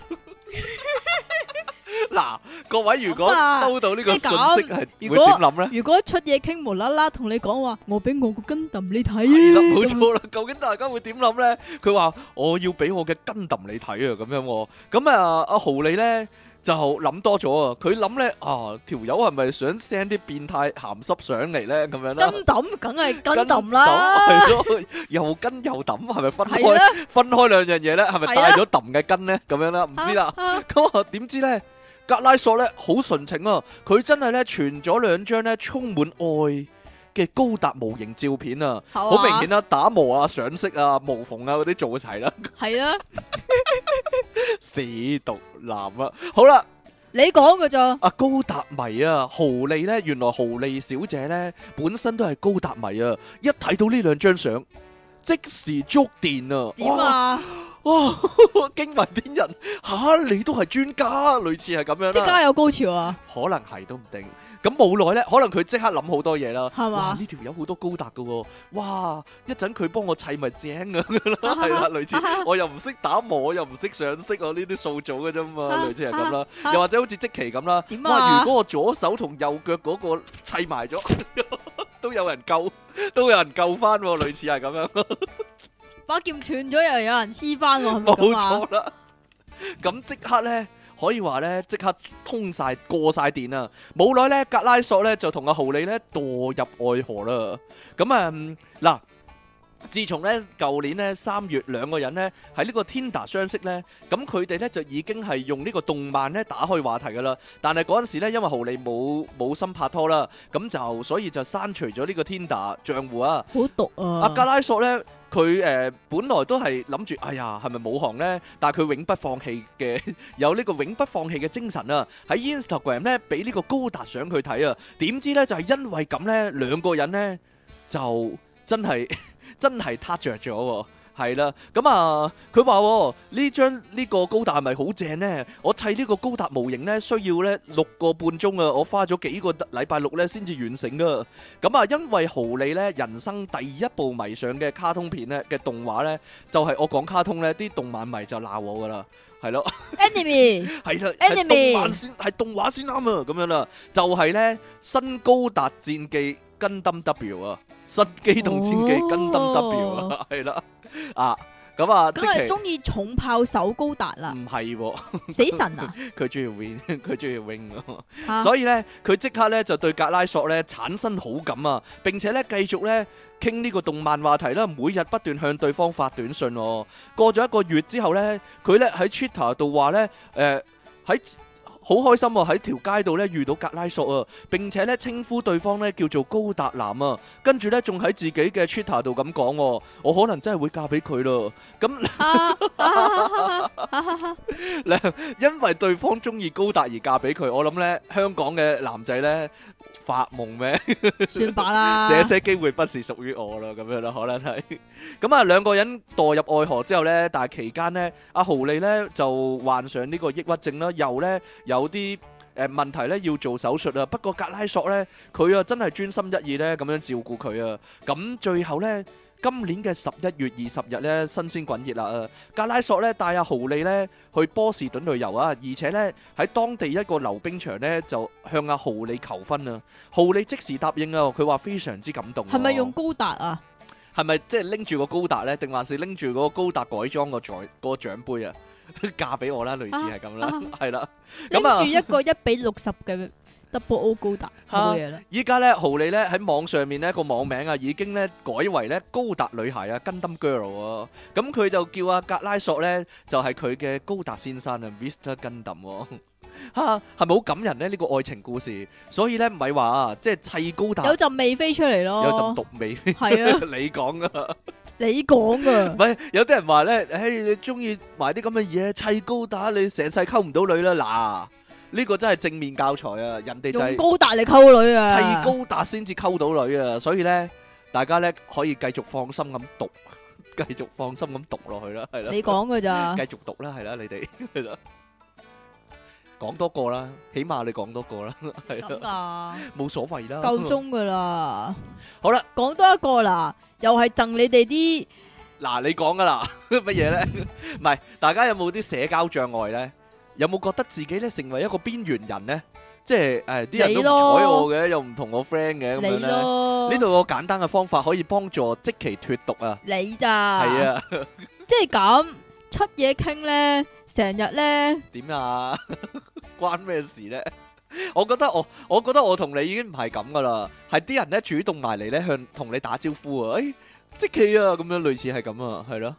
嗱，各位如果
咁啊
收到呢個
即
信
係咁
息係會點
如果
諗咧？
如果出嘢傾無啦啦同你講話，我俾我個跟揼你睇
係啦，
啊，
冇
咁
錯啦。究竟大家會點諗咧？佢話我要俾我嘅根揼你睇啊，咁樣喎。咁啊，阿豪利咧就諗多咗啊。佢諗咧啊，條友係咪想 send 啲變態鹹濕相嚟咧？咁樣啦。
跟揼梗係跟
跟
揼啦，
揼係咯，又跟又揼，係咪分
係啦
開。分開兩樣嘢咧？係咪
係
帶
啦
咗揼嘅根咧？咁樣啦，唔知啦。
啊。啊
咁啊，點知咧？格拉索咧好純情啊！佢真係咧傳咗兩張咧充滿愛嘅高達模型照片啊！
好
好明顯啦、打磨啊、上色啊、無縫啊嗰啲做 齊啦，
系啦，
死毒男啊！好啦，
你講嘅咋？
啊高達迷啊，豪利咧，原來豪利小姐咧本身都係高達迷啊！一睇到呢兩張相，即時觸電啊！
點啊？
哇！哇， 驚為天人吓、你都係專家，類似係咁樣啦。
即刻有高潮啊？
可能係都唔定。咁冇耐咧，可能佢即刻諗好多嘢啦。
係嘛
哇呢條友好多高達噶喎！哇！一陣佢幫我砌咪正咁樣啦， 係啦，類似我又唔識打磨，我又唔識上色，我呢啲素組嘅啫嘛，
啊
類似係咁啦。
啊
又或者好似即期咁啦，
點
哇！
啊
如？果我左手同右腳嗰個砌埋咗， 都有人救，都有人救翻喎，類似係咁樣。
把劍斷咗又有人黐翻喎，係咪
冇
咁啊？
錯啦。咁即刻咧，可以話咧，即刻通晒過晒電啊！冇耐咧，格拉索咧就同阿豪利咧墮入愛河啦。咁啊嗯嗱。自從咧舊年咧三月兩個人咧喺呢個 Tinder 相識咧，咁佢哋咧就已經係用呢個動漫咧打開話題噶啦。但係嗰陣時咧，因為豪利冇冇心拍拖啦，咁就所以就刪除咗呢個 Tinder 賬戶啊。
好毒啊！
阿格拉索咧，佢誒、呃本來都係諗住，哎呀，係咪冇行咧？但係佢永不放棄嘅，有呢個永不放棄嘅精神啊！喺 Instagram 咧，俾呢個高達相 佢睇啊！點知咧就係、因為咁咧，兩個人咧就真係真係撻着咗喎。係啦，咁啊，佢話喎呢張呢個高達係咪好正呢？我砌呢個高達模型呢，需要呢六個半鐘啊，我花咗幾個禮拜六呢先至完成噶。咁啊，因為豪利呢人生第一部迷上嘅卡通片呢嘅動畫呢，就係、我講卡通呢啲動漫迷就鬧我噶啦，係咯。
Enemy
係啦，係
Enemy
動漫先係動畫先啱啊，咁樣啦，就係、咧新高達戰記跟登 W 啊，新機動戰
哦
記跟登 W 啊，係啦、啊，咁啊，即
咁啊
其
中意重炮手高達 啦，
唔係喎，
死神啊，
佢中意 win，佢 中意 win 啊。
嚇
所以咧，佢即刻咧就對格拉索咧產生好感啊！並且咧繼續咧傾呢個動漫話題啦，每日不斷向對方發短信、喎。過咗一個月之後咧，佢咧喺 Twitter 度話咧，誒、喺好開心喎、喺條街度咧遇到格拉索啊！並且咧稱呼對方咧叫做高達男啊！跟住咧仲喺自己嘅 Twitter 度咁講、喎，我可能真係會嫁俾佢咯。咁
啊啊啊
因為對方中意高達而嫁俾佢，我諗咧香港嘅男仔咧發夢咩？
算吧啦，
這些機會不是屬於我啦，咁樣啦，可能係。咁啊，兩個人墮入愛河之後呢，但係期間呢，阿豪利呢就患上呢個抑鬱症啦，又呢有啲誒、呃、問題呢要做手術啊。不過格拉索呢，佢啊真係專心一意呢咁樣照顧佢啊。咁最後呢，今年嘅十一月二十日呢，新鮮滾熱啦啊！格拉索呢帶阿豪利呢去波士頓旅遊啊，而且呢，喺當地一個溜冰場呢，就向阿豪利求婚啊。豪利即時答應啊，佢話非常之感動、啊。
係咪用高達啊？
係咪即係拎住個高達咧，定還是拎住嗰個高達改裝個獎個獎杯啊？ 嫁俾我啦，類似係咁啦
啊啊，
係啦。
拎
咁啊
住一個一比六十嘅 double O 高達冇嘢啦，
依家咧，豪利咧喺網上面咧個網名啊，已經咧改為咧高達女孩啊，跟登 girl 啊。咁佢就叫阿格拉索咧，就係佢嘅高達先生啊，Mr. 跟登喎。 嚇係咪好感人咧？呢個愛情故事，所以咧唔係話啊，即係砌高達
有陣味飛出嚟咯，
有陣毒味，
係 啊，
你講啊。
你講噶
唔，係有啲人話咧，誒你中意埋啲咁嘅嘢砌高打，你成世溝唔到女啦！嗱，呢個真係正面教材啊！人哋就係
用高達嚟溝女啊，
砌高達先至溝到女啊，所以咧大家咧可以繼續放心咁讀， 繼續放心咁讀落去啦，係啦，
你講噶 咋
繼續讀啦，係啦，你哋係啦，講多個啦，起碼你講多個啦， 係
咁
啦，
啊，
冇所謂啦，
夠鐘噶啦，
好啦，
講多一個啦，又係贈你哋啲。
嗱，你講噶啦， 乜嘢咧？唔係，大家有冇啲社交障礙咧？有冇覺得自己咧成為一個邊緣人咧？即係誒，啲人
你
都唔
咯
睬我嘅，又唔同我 friend 嘅咁樣
你
咧。啊
咯，
呢度個簡單嘅方法可以幫助即期脱毒啊！
你咋？
係，啊，
即係咁出嘢傾咧，成日咧
點啊？ 關咩事咧？我覺得我，我覺得我同你已經唔係咁噶啦，係啲人咧主動埋嚟咧向同你打招呼啊！誒，即期啊，咁樣類似係咁啊，係咯。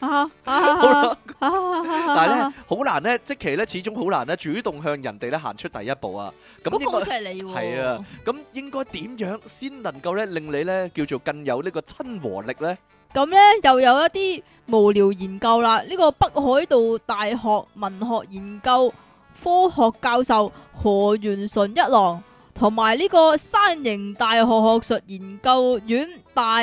啊啊
好啦
啊啊
但係
啊
咧，好難咧，即期咧，始終好難咧，主動向人哋咧行出第一步啊！咁
嗰
應
個好似
該
係你喎，
係啊，咁應該點樣先能夠咧令你咧叫做更有呢個親和力咧？
咁咧又有一啲無聊研究啦，呢、個北海道大學文學研究科學教授何元純一郎，同埋呢個山形大學學術研究院大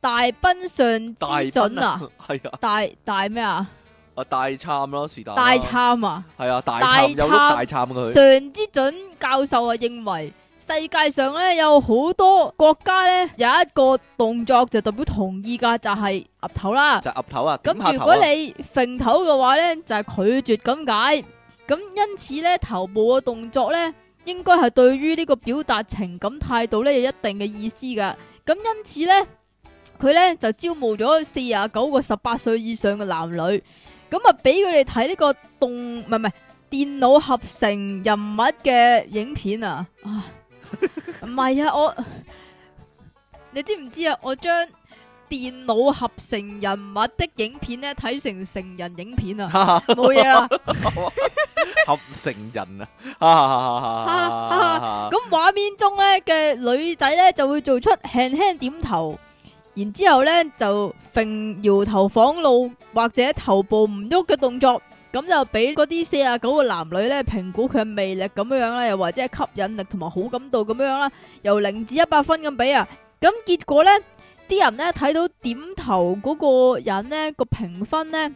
大濱上
大
之準啊，，
係啊，
大大咩啊？
啊大參咯，是但啦
大參啊！
係啊，大
大
參有碌大
參
參佢，
上之准教授啊，認為世界上咧有好多國家咧有一個動作就代表同意噶，就係岌頭啦。
就岌頭啊，點下
咁如
頭
果
啊，
你揈頭嘅話咧，就係拒絕咁解。咁因此咧，頭部嘅動作咧，應該係對於呢個表達情感態度咧有一定嘅意思噶。咁因此咧，佢咧就招募咗四廿九個十八歲以上嘅男女，咁啊俾佢哋睇呢個動唔係唔係電腦合成人物嘅影片啊！啊唔係啊，我你知唔知啊？我將電腦合成人物的影片咧睇成成人影片啊！冇嘢啦，
合成人啊哈哈哈哈哈 哈，
咁畫面中咧嘅女仔咧就會做出輕輕點頭，然之後咧就揈搖頭晃腦或者頭部唔喐嘅動作，咁就俾嗰啲四啊九個男女咧評估佢嘅魅力咁樣樣啦，又或者係吸引力同埋好感度咁樣樣啦，由零至一百分咁俾啊。咁結果咧，啲人咧睇到點頭嗰個人咧個評分咧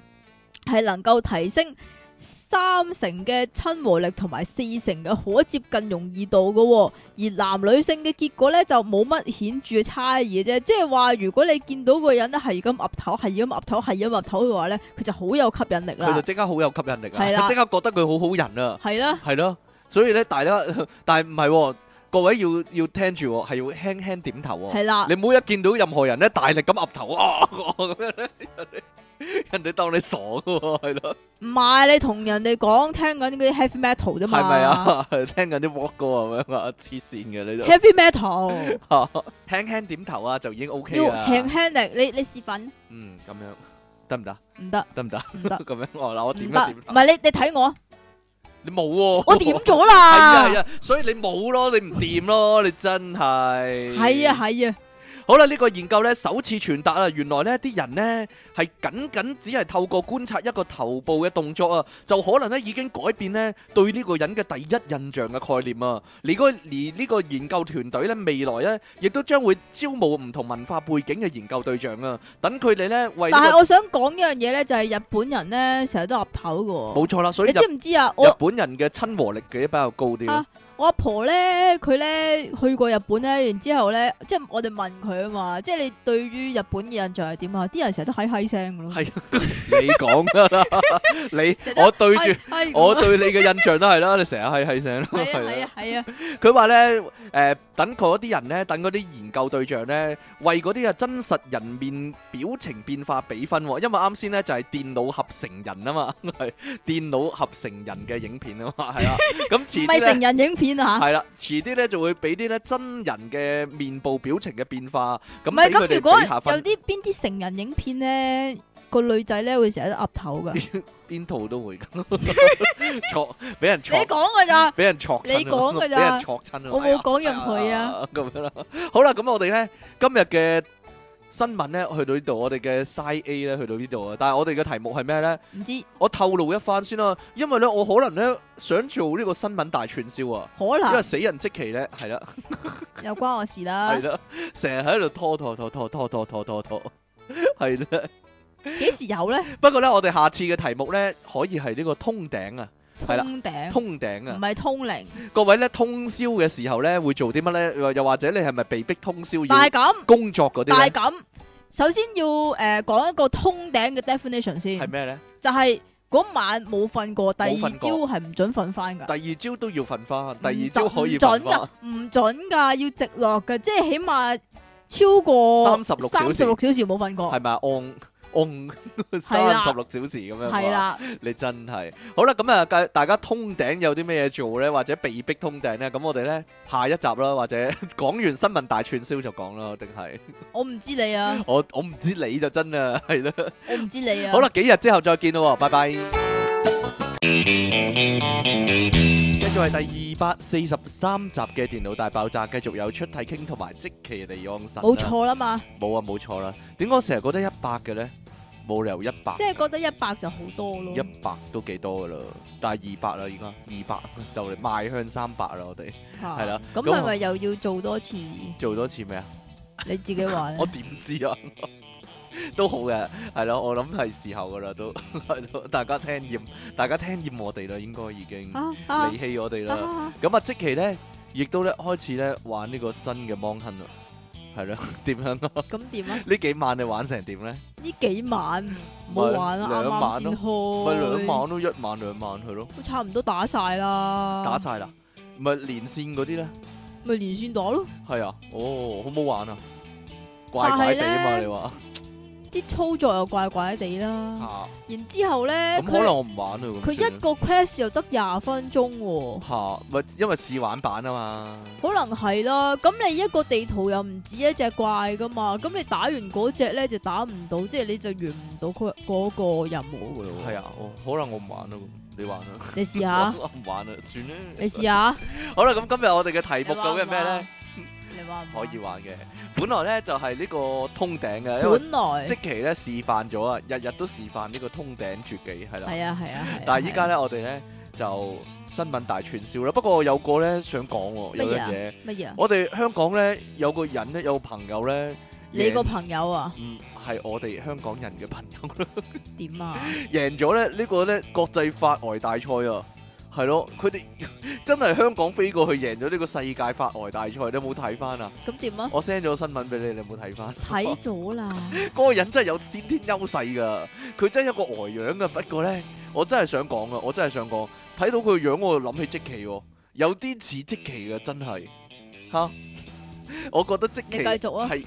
係能夠提升三成嘅親和力同埋四成嘅可接近容易度嘅、喎。而男女性嘅結果咧就冇乜顯著嘅差異嘅啫。即係話如果你見到個人咧係咁岌頭，係咁岌頭，係咁岌頭嘅話咧，佢就好有吸引力
佢就
啦。
即刻好有吸引力
係啦
啊！佢即刻覺得佢好好人啊！
係啦，
系咯，所以咧，大家 但系唔係喎，各位要要聽住喎，係要輕輕點頭喎。
係啦，
你唔好一見到任何人咧，大力咁岌頭啊 咁樣咧，人哋人哋當你傻嘅喎，係咯，
唔係你同人哋講聽緊嗰啲 heavy metal 啫
係
嘛，
咪啊？ 聽緊啲 walk 歌咁樣啊，黐線嘅你就
？heavy metal
輕輕點頭啊，就已經 OK
要
啦。
輕輕力，你你示範
嗯，咁樣得唔得？
唔得
得唔得？
唔得
咁樣我嗱，我點啊
唔得，
一點
唔
頭，
係你你睇 我，
你冇喎，
我點咗
係啊
啦
係，啊，所以你冇咯，你唔掂咯，你真係
係啊係啊，
好啦，呢、個研究呢，首次傳達啊，原來呢啲人呢，係僅僅只係透過觀察一個頭部嘅動作啊，就可能呢已經改變呢對呢個人嘅第一印象嘅概念啊。而個而呢個研究團隊呢，未來呢，亦都將會招募唔同文化背景嘅研究對象啊，等佢哋呢為呢
但
個、
係我想講一樣嘢咧，就係日本人咧成日都岌頭嘅
冇錯啦，所
喎，
以
你
日
知唔知啊？
日
我
本人嘅親和力嘅比較高啲咯
啊，我阿婆咧，佢咧去過日本咧，然之後咧，即係我哋問佢啊嘛，即係你對於日本嘅印象係點啊？啲人成日都閪閪聲嘅咯，
係你講 㗎啦， 你
成日都
我對
係
住
係咁
我
啊
對你嘅印象都係啦，你成日係係聲啦，
係啊
係
係啊係啊，
佢話咧，誒、等嗰啲人咧，等嗰啲研究對象咧，為嗰啲啊真實人面表情變化比分喎、因為啱先咧就係、電腦合成人啊嘛， 係電腦合成人嘅影片啊嘛，係啦，咁
唔係
遲啲
成
咧。
人影片啊嚇。
係啦，遲啲咧就會俾啲咧真人嘅面部表情嘅變化，咁
唔係
俾佢
咁，如
哋
果
比下
有
分，
啲邊啲成人影片咧，個女仔咧會成日都岌頭 噶。你
邊套都會咁 戳，俾人戳
講噶咋？
俾人戳親啊
你講㗎咋
俾人戳親啊
我冇
哎呀
講任佢啊
哎呀咁樣啦。好啦， 咁我哋咧今日嘅新聞咧去到呢度，我哋嘅 side A 咧去到呢度啊。但係我哋嘅題目係咩咧？
唔知
我透露一番先啦，因為咧我可能咧想做呢個新聞大串燒啊，
可
因為
能
死人即期咧係啦
又關我事啦
係。啦，成日喺度拖拖拖拖拖拖拖拖拖，係啦。
幾時有咧？
不過咧，我哋下次嘅題目咧可以係呢個通頂啊，係啦
通頂
通頂啊
唔。係通靈，
各位咧通宵嘅時候咧會做啲乜咧？又又或者你係咪被逼通宵
但係
要
咁，
工作嗰
但
啲
係
咧？
咁，首先要誒講一個通頂嘅 definition 先
係，咩咧？
就係嗰晚冇瞓過，第二
冇
朝
瞓過
係唔準瞓翻㗎。
第二朝都要瞓翻，第
唔啊
二朝可以
準
瞓
噶
翻。，
唔準噶，要直落噶，即係起碼超過
36
三十六小時冇瞓過
係，咪啊？按按
係
三
啦
十六小時咁樣
係
啊，
啦，
你真係好啦。咁啊，大大家通頂有啲咩嘢做咧，或者被逼通頂咧？咁我哋咧下一集啦，或者 講完新聞大串燒就講啦，定係
我唔知你 啊，
我我唔知你就真啊，係啦。
我唔知你啊。
好啦，幾日之後再見咯喎，拜拜。繼續係第二百四十三集嘅電腦大爆炸，繼續有出體傾同埋即其離岸神。
冇，錯啦嘛，
冇啊，冇錯啦。點解我成日覺得一百嘅咧？冇理由一百，
即係覺得一百就好多咯
一。百都幾多噶啦，但係二百啦，而家二百就嚟邁向三百啦，我哋
係
係啦
咁
咁
係咪又要做多次？你
做多次咩啊？
自己話
我
咧，
點知啊？ 都好嘅，係咯，我諗係時候噶啦，都 係咯，大家聽厭，大家聽厭我哋啦，應該已經。
啊啊
離棄我哋啦。
啊！
咁啊，即期咧，亦都咧開始咧玩呢個新嘅 mon 亨啦，係啦， 點樣 啊？
咁點啊？
呢幾晚你玩成點咧？
呢幾晚冇玩啦，
兩
啱啱
晚
先
咯
開，
咪兩晚咯，一晚兩晚去咯，
都差唔多打晒啦，
打晒啦。咪連線嗰啲咧，
咪連線打咯。
係啊，哦，好唔好玩啊？怪怪地啊嘛，
但係
你
呢
話
啲操作又怪怪地啦，
嚇，
然之後咧，
啊咁
嗯
可
佢
能我唔玩啊。咁
佢
算啦
一個 quest 又得廿分鐘喎，
嚇，咪因為試玩版啊嘛，
可能係啦。咁你一個地圖又唔止一隻怪噶嘛，咁你打完嗰只咧就打唔到，即係你就完唔到嗰嗰個任務噶咯。
係，啊，哦，可能我唔玩咯，你玩啦，
你試下，
我唔玩啦，啊算啦。
啊你試下。
好啦，咁今日我哋嘅題
你
目
話
究竟係
唔
咩咧
話？？你話唔
可
話
以。玩嘅。本來咧就係、呢個通頂嘅，因為
本來
即期咧示範咗啊，日日都示範呢個通頂絕技係啦。
係啊係啊係啊。
但係依家
係
咧，我哋咧就新聞大串燒啦。不過我有個咧想講喎，有
乜
樣
嘢啊
嘢，
啊乜嘢啊？
我哋香港咧有個人咧，有個朋友咧，
你個朋友啊？
唔係我哋香港人嘅朋友 啦。
點啊？
贏咗咧呢個咧國際法外大賽啊，係咯，佢哋 真係香港飛過去贏咗呢個世界法外大賽，你有冇睇翻啊？
咁點啊？
我 send 咗新聞俾你，你有冇睇翻？
睇咗啦，
嗰個人真係有先天優勢噶，佢真係一個呆樣噶。不過呢，我真係想講啊噶，我真係想講，睇到佢樣我就諗起積淇喎，有啲似積淇嘅，真係吓。我覺得積
嗯你繼
淇
續啊！
係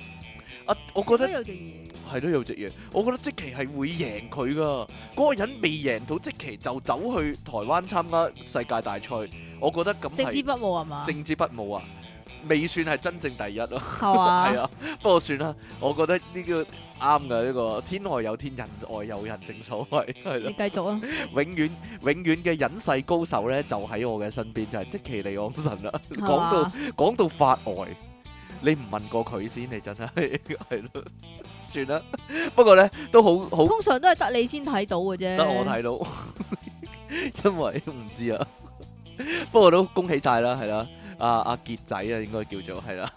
啊，我覺
都
得
有隻嘢，
係都有隻嘢，我覺得積淇係會贏佢噶。嗰、個人未贏到積淇就走去台灣參加世界大賽，我覺得咁
勝之
係
不武係嘛？
勝之不武啊，未算係真正第一咯。
係
係
嘛？
啊，不過算啦，我覺得呢個啱嘅呢個天外有天，人外有人，正所謂係
你
啦。
繼續啊！
永遠永遠嘅隱世高手咧，就喺我嘅身邊，就係積淇離岸神啦。
係嘛
講到講到發呆，你唔問過佢先，你真係係咯，算啦。不過咧都好好
通常都係得你先睇到嘅啫。
得我睇到， 因為唔知啊。不過都恭喜晒啦，係啦，阿阿傑仔啊，應該叫做係啦。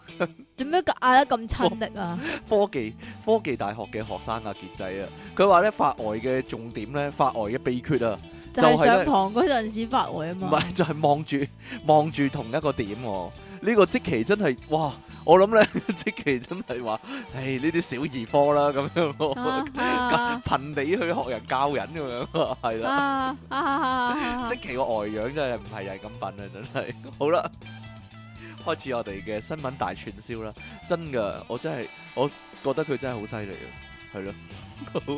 做咩嗌得咁親力啊？
科技科技大學嘅學生啊，傑仔啊，佢話咧法外嘅重點咧，法外嘅秘訣啊，
就係
就係咧
上堂嗰陣時發呆啊
唔
嘛。
係就係望住望住同一個點喎、呢、個即期真係哇！我諗咧， 即期真係話，唉，呢啲小兒科啦咁樣咯，
啊啊
貧地去學人教人咁樣，係啦。
啊啊啊！
即期個外樣真係唔係人咁笨啊！真係 好啦，開始我哋嘅新聞大串燒啦！真噶，我真係我覺得佢真係好犀利啊！係咯， 好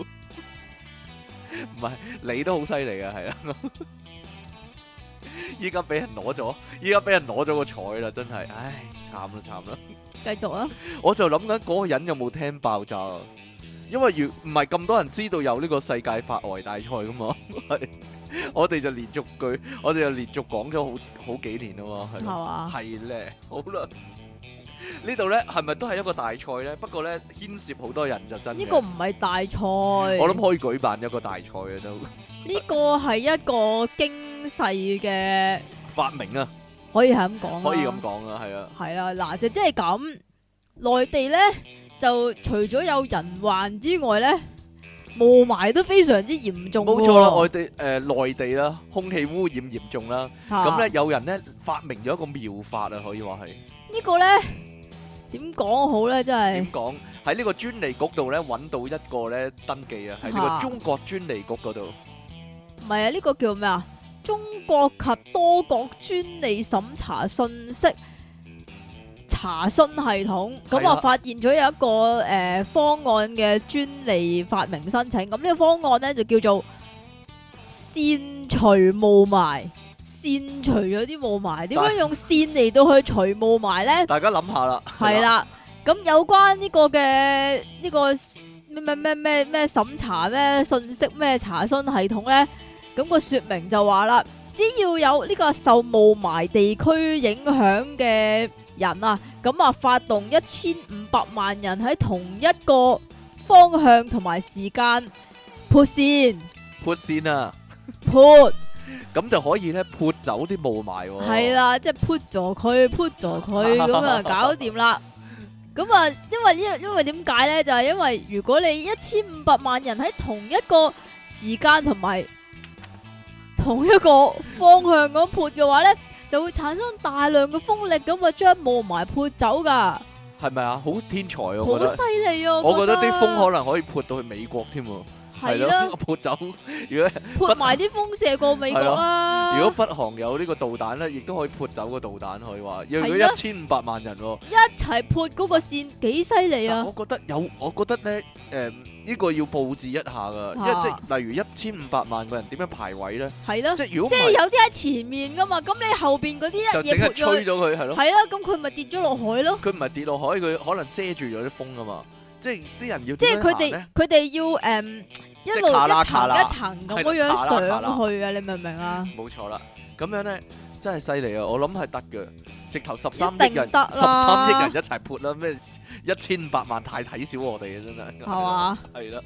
唔係你都好犀利啊！係啊，依家俾人攞咗，依家俾人攞咗個彩啦！真係，唉，慘啦慘啦！
繼續啊！
我就諗緊嗰個人有冇聽爆炸啊？因為如唔係咁多人知道有呢個世界法外大賽噶嘛， 係我哋就連續句，我哋就連續講咗好好幾年啊嘛，係
係
咯
嘛？
係咧，好啦，呢度咧係咪都係一個大賽咧？不過咧牽涉好多人就真嘅
呢個唔係大賽，
我
我
諗可以舉辦一個大賽嘅都
呢個係一個經世嘅，
發明啊，
可以係咁講啦
可以咁講啊，係啊，
係啦，嗱就即係咁，內地咧就除咗有人患之外咧，霧霾都非常之嚴重
冇
喎。
錯啦，外地誒內地啦，空氣污染嚴重啦，
嚇
咁咧有人咧發明咗一個妙法啊，可以話係。
呢個咧點講好咧？真係
點講喺呢個專利局度咧揾到一個咧登記啊，喺呢個
嚇
中國專利局嗰度
唔係啊？呢個叫咩啊？中國及多國專利審查信息查詢系統，
係
咁
啦
啊發現咗有一個诶、呃方案嘅專利發明申請，咁呢個方案咧就叫做扇除霧霾，扇除咗啲霧霾，點樣用扇嚟到去除霧霾咧？
大家諗下啦，
系啦，咁有關呢個嘅呢、個咩咩咩咩咩审查咩信息咩查詢系統咧，咁、個说明就話啦，只要有呢個受霧霾地區影響嘅人啊，咁啊發動一千五百萬人喺同一個方向同埋時間潑線
潑線啊，
潑，
咁就可以咧潑走啲霧霾喎。
係，啦，即係潑咗佢，潑咗 佢，咁啊搞掂啦。咁啊，因為因因為點解咧？就係、因為如果你一千五百萬人喺同一個時間同埋同一個方向咁潑嘅話咧，就會產生大量嘅風力，咁啊將霧霾潑走噶，
係咪啊？好天才啊！我
好
覺
犀
得，
利啊！
我覺
覺
得啲風可能可以潑到去美國添喎。
係啦
咯，，潑走。如果
潑埋啲風射過美國啦。
如果北韓有呢個導彈咧，亦都可以潑走個導彈，可以話。如果
係啊
一千五百萬人喎。
一齊潑嗰個線幾犀利
但
啊！
我覺得有，我覺得咧，誒、呢、個要佈置一下噶，因為即係例如一千五百萬個人點樣排位咧？
係啦
即。係
即
如果唔
係
係，
有啲喺前面噶嘛，咁你後边嗰啲
就
一
整
嘢
係
潑咗
吹
去，
咗佢係咯。嗯
係啦，咁佢咪跌咗落海咯。
佢唔係跌落海，佢可能遮住咗啲風啊嘛。即係啲人要
即
係
係佢哋佢哋要诶、嗯一
係
路
卡啦
一
卡
層
啦
一層咁
係啦
樣
卡啦
上
卡啦
去啊，你明唔明啊？
冇錯啦。咁樣咧真係犀利啊！我諗係得嘅，直頭十三
一定
億人，
得
十三
啦
億人一齊潑啦，咩一千五百萬太睇小我哋啊！真係
係嘛？
係啦，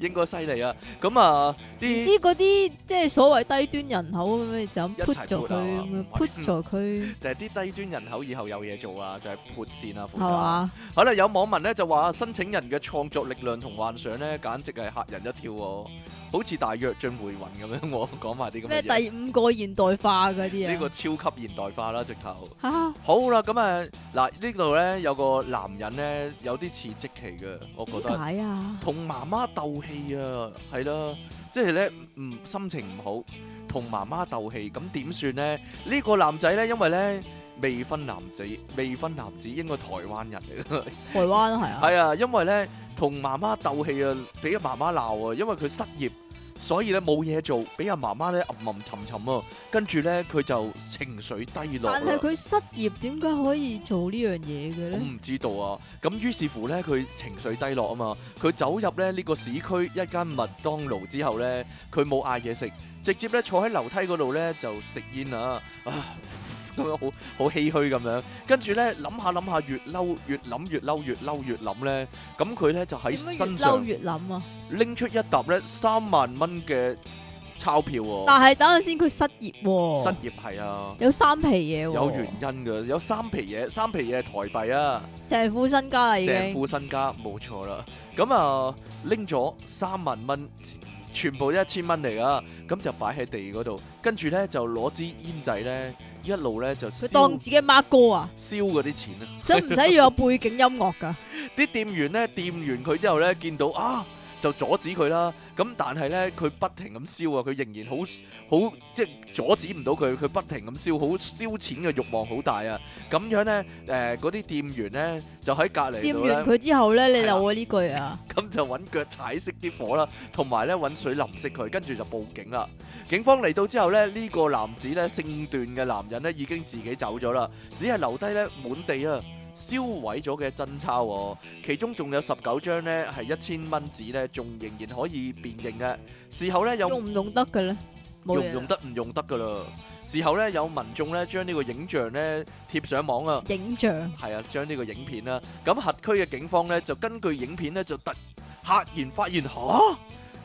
應該犀利啊！咁啊，
唔
啲
知嗰啲即係所謂低端人口咁樣就咁
一
put
齊
咗佢
put 啊
咁樣
唔係
put 咗佢
就係啲低端人口以後有嘢做啊，就係潑線啊，
係
負責。
嘛？
好啦，有網民咧就話申請人嘅創作力量同幻想咧，簡直係嚇人一跳喎，好似大躍進回魂咁樣喎，講埋啲咁
咩
嘅嘢。
第五個現代化嗰啲啊？
呢個超級現代化啦，直頭。
吓
好啦，咁啊，嗱呢度咧有個男人咧有啲似即期嘅，我覺
點
得
解啊？
同媽媽鬥氣啊，係啦，即係咧唔心情唔好，同媽媽鬥氣，咁點算咧？呢個男仔咧，因為咧未婚男子，未婚男子應該台灣人嚟嘅。
台灣係 啊，
系啊，因為咧同媽媽鬥氣啊，俾阿媽媽鬧啊，因為佢失業，所以咧冇嘢做，俾阿媽媽咧吟吟沉沉啊，跟住咧佢就情緒低落
但係
啦。
佢失業點解可以做呢樣嘢嘅
我
咧？
唔知道啊，咁於是乎咧，佢情緒低落啊嘛，佢走入咧呢個市區一間麥當勞之後咧，佢冇嗌嘢食，直接咧坐喺樓梯嗰度咧就食煙啊， 啊咁樣好好唏噓咁樣，跟住咧諗下諗下越嬲越諗越嬲越嬲越諗咧，咁佢咧就喺
點解越
身
嬲
上。
越諗啊？
拎出一沓咧三萬蚊嘅鈔票喎、
但係等陣先，佢失業
失
喎，
業係啊，
有三皮嘢喎，
有原因嘅，有三皮嘢，三皮嘢係台幣啊，
成副身家啦已
成
經。
副身家冇錯啦。咁啊，拎咗三萬蚊，全部一千蚊嚟啊，咁就擺喺地嗰度，跟住咧就攞支煙仔咧，一路咧就
佢
燒
當自己孖哥 啊，
燒嗰啲錢啊。
使唔使要有背景音樂㗎？
啲店員咧掂完佢之後咧，見到啊就阻止佢啦。咁但係咧，佢不停咁燒啊，佢仍然好好即係阻止唔到佢，佢不停咁燒，好燒錢嘅慾望好大啊。咁樣咧，誒嗰啲店員咧就喺隔離
掂
度
完
咧，
佢之後咧，你
係啦
留我呢句啊，
咁就揾腳踩熄啲火啦，同埋咧揾水淋熄佢，跟住就報警啦。警方嚟到之後咧，呢、個男子咧姓段嘅男人咧已經自己走咗啦，只係留低咧滿地啊燒毀咗嘅真鈔、喎，其中仲有十九張咧係一千蚊紙咧，仲仍然可以辨認嘅。事後咧有
用唔用得嘅咧？冇
用
嘢
唔用
啦，
得唔用得噶啦。事後咧有民眾咧將呢個影像咧貼上網啊。
影像
係啊，將呢個影片啦，咁轄區嘅警方咧就根據影片咧就突赫然發現吓，嗰、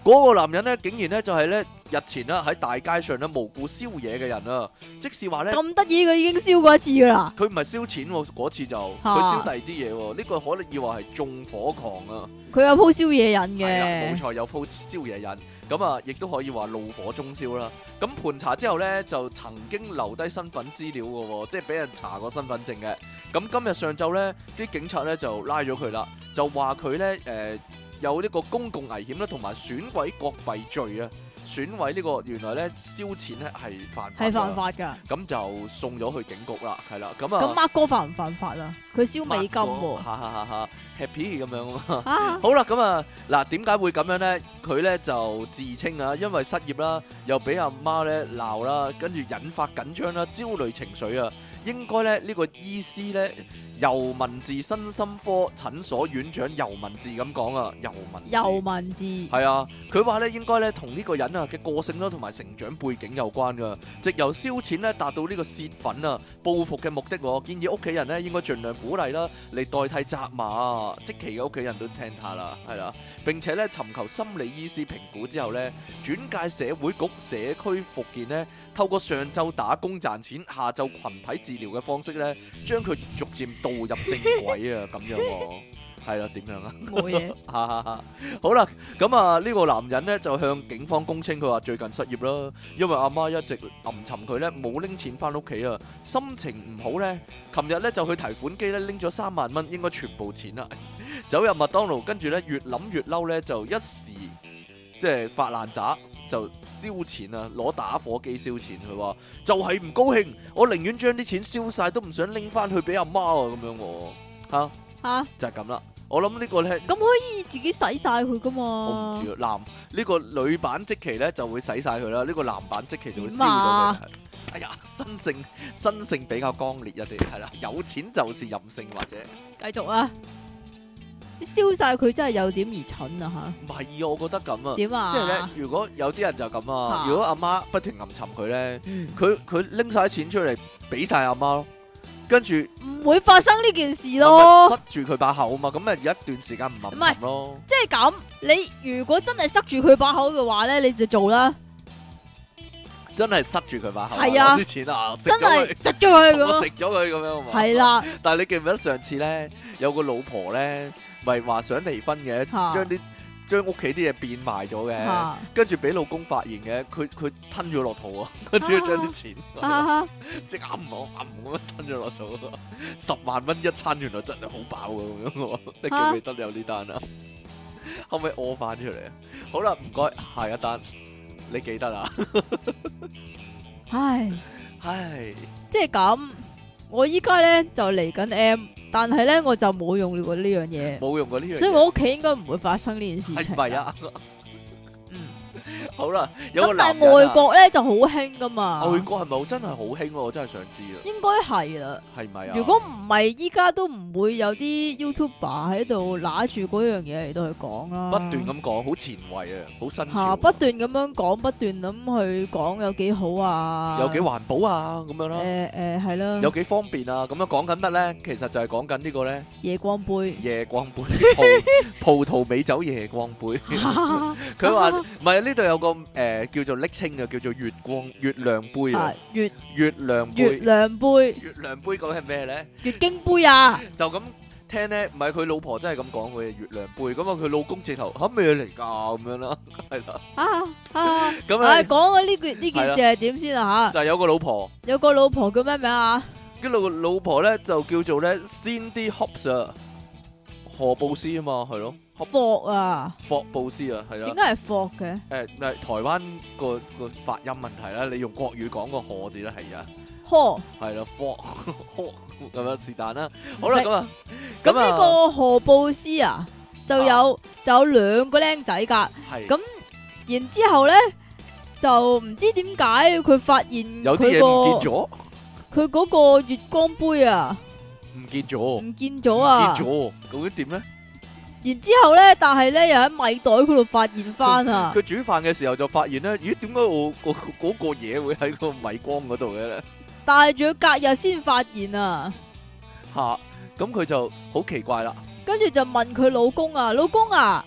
個男人咧竟然咧就係咧日前啦喺大街上咧無故燒嘢嘅人啊，即是話咧
咁得意，佢已經燒過一次噶啦，
佢唔係燒錢喎，嗰次就
嚇
佢燒第二啲嘢喎，呢、個可以話係縱火狂啊，
佢有鋪燒嘢癮
係啦，冇
嘅，
錯有鋪燒嘢人，咁啊亦都可以話怒火中燒啦。咁盤查之後咧就曾經留低身份資料嘅喎，即係俾人查過身份證嘅。咁今日上晝咧，啲警察咧就拉咗佢啦，就話佢咧誒有呢個公共危險啦，同埋損毀國幣罪啊，損毀呢個原來咧燒錢咧係犯法，
係犯，法㗎。
咁啊就送咗去警局啦，係啦，咁
咁
啊，
孖哥犯唔犯法啊？佢燒美金喎，
哈哈哈哈 happy 咁樣啊嘛。
啊，
好啦，咁啊，嗱，點解會咁樣呢？佢呢就自稱啊，因為失業啦，又俾阿媽呢鬧啦，跟住引發緊張啦、焦慮情緒啊。應該呢，呢個醫師呢，尤文治身心科診所院長尤文治咁講啊，尤文治
又文字係
係啊，佢話咧應該咧同呢個人啊嘅個性啦，同埋成長背景有關噶。藉由燒錢咧達到呢個泄憤啊、報復嘅目的喎，建議屋企人咧應該盡量鼓勵啦，嚟代替責罵啊。即其嘅屋企人都聽下啦，係啦。並且咧尋求心理醫師評估之後咧，轉介社會局社區復健咧，透過上晝打工賺錢，下晝群體治療嘅方式咧，將佢逐漸導入正軌啊，咁樣喎。係啦，點樣啊？
冇 嘢，
哈哈哈！好啦，咁啊呢個男人呢就向警方供稱，佢話最近失業啦，因為阿媽一直吟沉佢呢，冇拎錢翻屋企啊，心情唔好呢。琴日呢就去提款機呢拎咗三萬蚊，應該全部錢啦。 走入麥當勞，跟住呢越諗越嬲呢，就一時即係發爛渣，就燒錢啊，攞打火機燒錢。佢話就係唔高興，我寧願將啲錢燒晒，都唔想拎翻去俾阿媽啊咁樣喎。嚇
吓
就係咁啦，我諗呢個呢。
啊咁可以自己洗晒佢噶
我
嘛
唔？知啊，男呢、個女版即期咧就會洗晒佢啦，呢、個男版即期就會燒
點
咗佢
啊
係。哎呀，生性生性比較剛烈一啲，係啦，有錢就是任性或者
繼續啊，燒晒佢真係有點而蠢啊
唔係啊，我覺得咁
吓，
啊，
點
即係咧
啊，？
如果有啲人就咁啊，
啊
如果阿媽不停吟沉佢咧，
嗯，
佢佢拎晒啲錢出嚟俾晒阿媽咯，跟住
唔會發生呢件事
嗯
咯。
我咪塞住佢把口嘛，咁咪有一段時間唔
唔係
冚冚咯。
即係咁，你如果真係塞住佢把口嘅話咧，你就做啦，
真係塞住佢把口，
係啊
攞啲錢啊，食
真
咗佢
係食咗佢咁
我
咯
食。咗佢咁樣嘛。
係。啦，
但係你記唔記得上次咧，有個老婆咧，咪話想離婚嘅，
嚇
將啲將屋企啲嘢變賣咗嘅，
嚇
跟住俾老公發現嘅，佢佢吞咗落肚啊， 跟住將啲錢
啊
即係揞我揞咁樣吞咗落肚 啊，十萬蚊一餐原來真係好飽嘅咁樣喎，你記唔記得有呢單啊？可唔可以屙翻出嚟啊？好啦，唔該，下一單你記得 啦，
唉，
唉，
即係咁，我依家咧就嚟緊 M，但係咧我就冇用呢個呢樣嘢，
冇用過呢樣嘢，
所以我屋企應該唔會發生呢件事情。
係咪？啊？
嗯。
好啦，有個
咁但
男
係
人
外
啊，
國咧就好興噶嘛，
外國係咪真係好興喎？我真係想知啊，
應該係啦。
係咪啊？
如果唔係，依家都唔會有啲 YouTuber 喺度揦住嗰樣嘢嚟到去講啦。
不斷咁講，好前衛啊，好新
嚇、
潮啊，
不斷咁樣講，不斷咁去講有幾好啊，
有幾環保啊，咁樣啦。
誒誒係啦，
有幾方便啊？咁樣講緊乜咧？其實就係講緊呢 個咧。
夜光杯
夜光杯葡葡萄美酒夜光 杯。
啊
佢話唔係呢度有個誒、呃叫做昵稱嘅，叫做月光月亮杯啊，
月
月亮
月
杯。
亮杯、
月亮杯究竟係咩咧？
月經杯啊，
就咁聽咧，唔係佢老婆真係咁講佢嘅月亮杯，咁啊佢老公直頭嚇咩嚟㗎咁樣啦，係啦，
啊啊！啊，
咁咧
講咗呢件呢件事係點先啊嚇？
就有個老婆。
有個老婆叫咩名啊？
跟住老婆咧就叫做咧 Cindy Hobbs 啊，何布斯啊嘛，係咯，霍
霍啊，
霍布斯啊，係
點
啊，
解係霍嘅？
誒唔係台灣個個發音問題啦，你用國語講個何字啦，係啊，
呵，
係啦，霍 霍咁樣是但啦，好啦
唔識
咁啊，
咁
啊
呢個何布斯啊，就有就有兩個僆仔㗎。
係
咁然之後咧，就唔知點解佢發現
有啲
佢
嘢唔
個
見咗，
佢嗰個月光杯啊，
唔見咗，
唔見咗啊
唔！見咗，究竟點咧？
然之後咧，但係咧又喺米袋嗰度發現翻啊！
佢煮飯嘅時候就發現咧，咦點解我 嗰嗰個嘢會喺個米缸嗰度嘅咧？
但係仲要隔日先發現啊！
嚇，咁佢就好奇怪啦。
跟住就問佢老公啊，老公啊，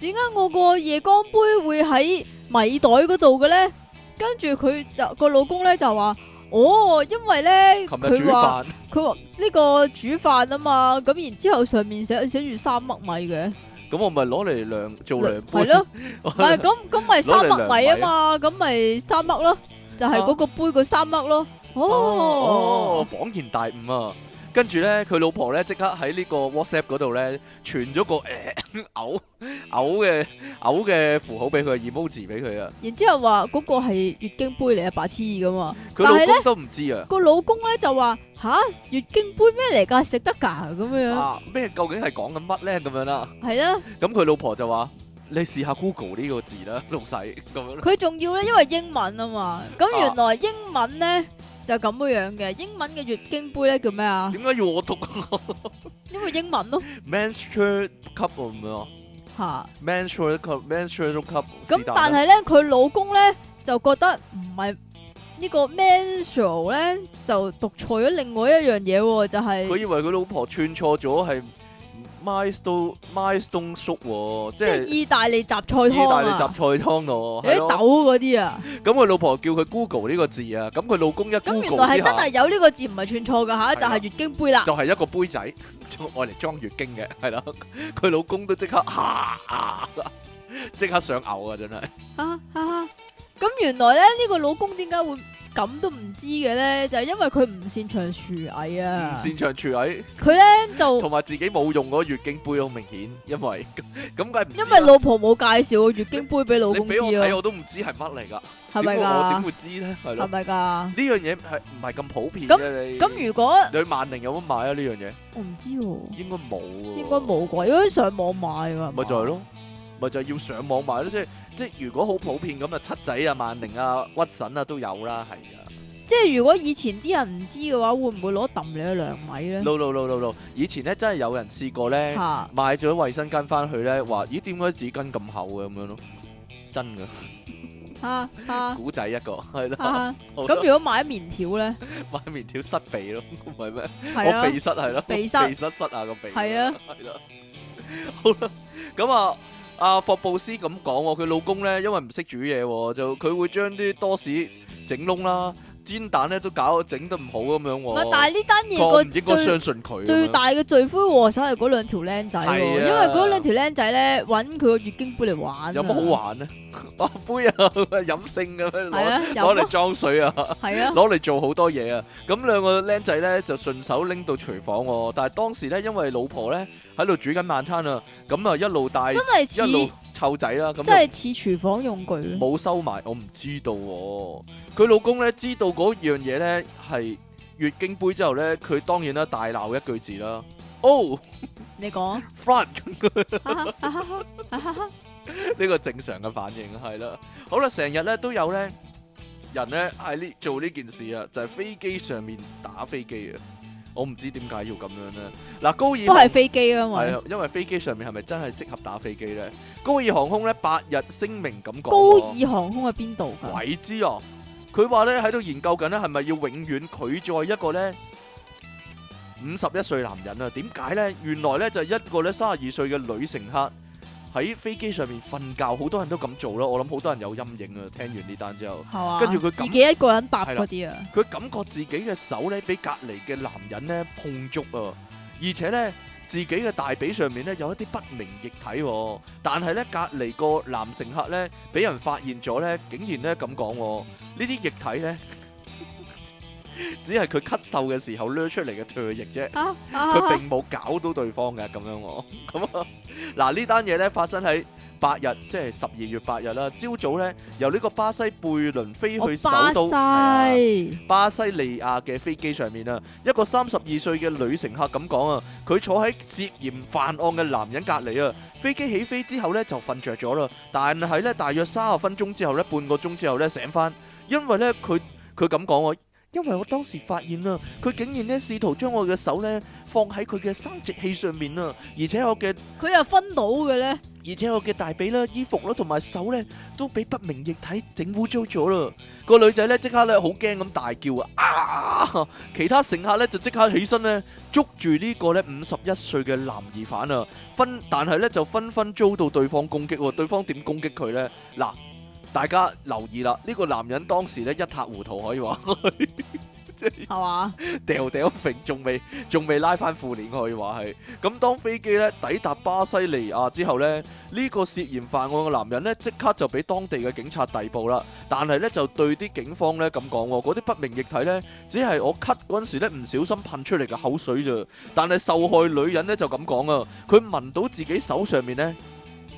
點解我個夜光杯會喺米袋嗰度嘅咧？跟住佢就個老公咧就話：哦，因為咧
琴日
佢
煮
話。
飯，
佢話呢個煮飯啊嘛，咁然之後上面寫寫住三粒米嘅，
咁我咪攞嚟量做量杯
係 咯，
我
唔係咁咁咪三
攞嚟
粒米啊
量米
嘛，咁咪三粒咯，就
啊
係嗰個杯個三粒咯。
哦
哦，，
恍然大悟啊！跟住咧，佢老婆咧即刻喺呢個 WhatsApp 嗰度咧傳咗個誒嘔嘔嘅嘔嘅符號俾佢，emoji 俾佢啊！
然之後話嗰個係月經杯嚟啊，白痴噶嘛。
佢
但係
老
呢
公都唔知啊！
個老公咧就話吓月經杯咩嚟㗎？食得㗎咁樣，
啊咩究竟係講緊乜咧咁樣啦？
係啦。
咁佢老婆就話：你試下 Google 呢個字啦，老細咁樣啦。
佢仲要咧，因為英文啊嘛，咁
啊
原來英文咧就咁樣嘅，英文嘅月經杯咧叫咩啊？
點解要我讀
因為英文咯
menstrual cup 咁樣啊
吓。
？menstrual cup，menstrual cup
咁
是但啦。
但係咧，佢老公咧就覺得唔係呢個 menstrual 咧就讀錯咗另外一樣嘢喎，就係、
佢以為佢老婆串錯咗係 milestone milestone soup 喎，即
即係
係
意大利雜菜
意
湯
大利雜
啊，
菜湯咯，
有
係
啲
咯。
豆嗰啲啊。
咁佢老婆叫佢 Google 呢個字啊，咁佢老公一
咁原來
Google
係
之
真
下
係，有呢個字唔係串錯㗎吓，
係
就
啦
係月經杯啦。
就係一個杯仔， 就愛嚟裝月經嘅，係啦。 佢老公都即刻啊啊，即刻想嘔啊！真係
啊啊！咁原來咧呢個老公點解會咁都唔知嘅咧？就係因為佢唔擅長廚藝
唔
啊。
擅長處理，
佢咧就
同埋自己冇用嗰個月經杯好明顯，因為咁咁梗係唔知啦
因為老婆冇介紹個月經杯俾老
你
公知
俾我睇
啊，
我都唔知係乜嚟㗎，
係咪
點會我點
㗎？
會知咧？係咯
係。咪㗎？
呢樣嘢係唔係咁普遍
咁
嘅？你
咁如果
你去萬寧有冇買啊？呢樣嘢
我唔知喎，
應該冇喎，
應該冇啩？如果上網買噶，
咪就係咯，咪就係要上網買咯。即係即係如果好普遍咁啊，七仔啊、萬寧啊、屈臣啊都有啦，係啊。
即係如果以前啲人唔知嘅話，會唔會攞揼你一兩米咧？
no no no no no，以前咧真係有人試過咧，
嚇
買咗衛生巾翻去咧，話咦點解紙巾咁厚嘅咁樣咯，真㗎。
吓 吓
古仔一個係啦，
吓，
好
咁
啦
如果買棉條咧，
買棉條塞鼻咯，唔係咩？
係
我
啊
鼻，塞係咯，
鼻塞
鼻塞塞啊個鼻，
係啊，
係啦，好啦，咁啊。阿霍布斯咁講喎，佢老公咧，因為唔識煮嘢喎，就佢會將啲多士整窿啦，煎蛋咧都搞整得唔好咁樣
唔
喎。
係，但係呢單
我哦唔應
嘢個
該
最
相信佢咁樣。
最大嘅罪魁禍首係嗰兩條僆仔喎，因
係啊
為嗰兩條僆仔咧揾佢個月經杯嚟玩啊，
有乜好玩咧？ 哇杯啊，飲勝咁樣
係
攞
啊，有
攞嚟
啊，
裝水啊！
係啊，
攞嚟做好多嘢啊！咁兩個僆仔咧就順手拎到廚房喎，但係當時咧因為老婆咧喺度煮緊晚餐啊，咁啊一路帶
真係
一路
似
湊仔啦，咁
真
就
係似廚房用具嘅，
冇收埋，我唔知道喎。佢老公咧知道嗰樣嘢咧係月經杯之後咧，佢當然啦大鬧一句字啦，Oh
你 講
fuck！
哈哈哈哈哈哈哈
呢個正常嘅反應係啦。好啦，成日咧都有咧人咧喺呢做呢件事啊，就係、飛機上面打飛機啊。我唔知點解要咁樣咧。嗱，高爾
都係
航
飛機啊嘛
係，啊，因為飛機上面係咪真係適合打飛機咧？高爾航空咧八日聲明咁講
高
喎，
爾航空喺邊度㗎？
鬼知啊！佢話咧喺度研究緊咧係咪要永遠拒載一個咧五十一歲男人啊？點解咧？原來咧就係一個咧三十二歲嘅女乘客喺飛機上面瞓覺，好多人都咁做咯。我諗好多人有陰影啊！聽完呢單之後，
係嘛？
跟住佢咁
自己一個人搭
係啦
嗰啲啊，
佢感覺自己嘅手咧俾隔離嘅男人咧碰觸啊，而且咧自己嘅大髀上面咧有一啲不明液體、喎。但係咧隔離個男乘客咧俾人發現咗咧，竟然咧咁講喎，呢 啲液體咧只係佢咳嗽嘅時候掠出嚟嘅唾液啫。
啊啊
佢並冇搞到對方嘅咁樣喎，咁啊嗱呢單嘢咧發生喺八日，即係十二月八日啦。朝早咧由呢個巴西貝倫飛
我
去首
巴
都係啊
西
巴西利亞嘅飛機上面啊，一個三十二歲嘅女乘客咁講啊，佢坐喺涉嫌犯案嘅男人隔離啊。飛機起飛之後呢，就瞓着咗啦，但係呢，大約三十分鐘之後呢，半個鐘之後呢，醒翻，因為呢，佢佢咁講喎，因為我當時發現啊，佢竟然呢試圖將我嘅手呢放喺佢嘅生殖器上面啊，而且我嘅
佢又分到嘅咧，
而且我嘅大髀啦、衣服啦同埋手咧都俾不明液體整污糟咗啦。個女仔咧即刻咧好驚咁大叫啊！啊！其他乘客咧就即刻起身咧捉住呢個咧五十一歲嘅男疑犯啊，分但係咧就紛紛遭到對方攻擊喎。對方點攻擊佢咧？嗱，大家留意啦，呢、個男人當時咧一塌糊塗可以話。
係嘛？
掉掉揈，仲未仲未拉翻褲鏈，可以話係。咁當飛機咧抵達巴西利亞之後咧，呢、個涉嫌犯案嘅男人咧即刻就俾當地嘅警察逮捕啦。但係咧就對啲警方咧咁講喎，嗰啲不明液體咧只係我咳嗰陣時咧唔小心噴出嚟嘅口水咋。但係受害女人咧就咁講啊，佢聞到自己手上面咧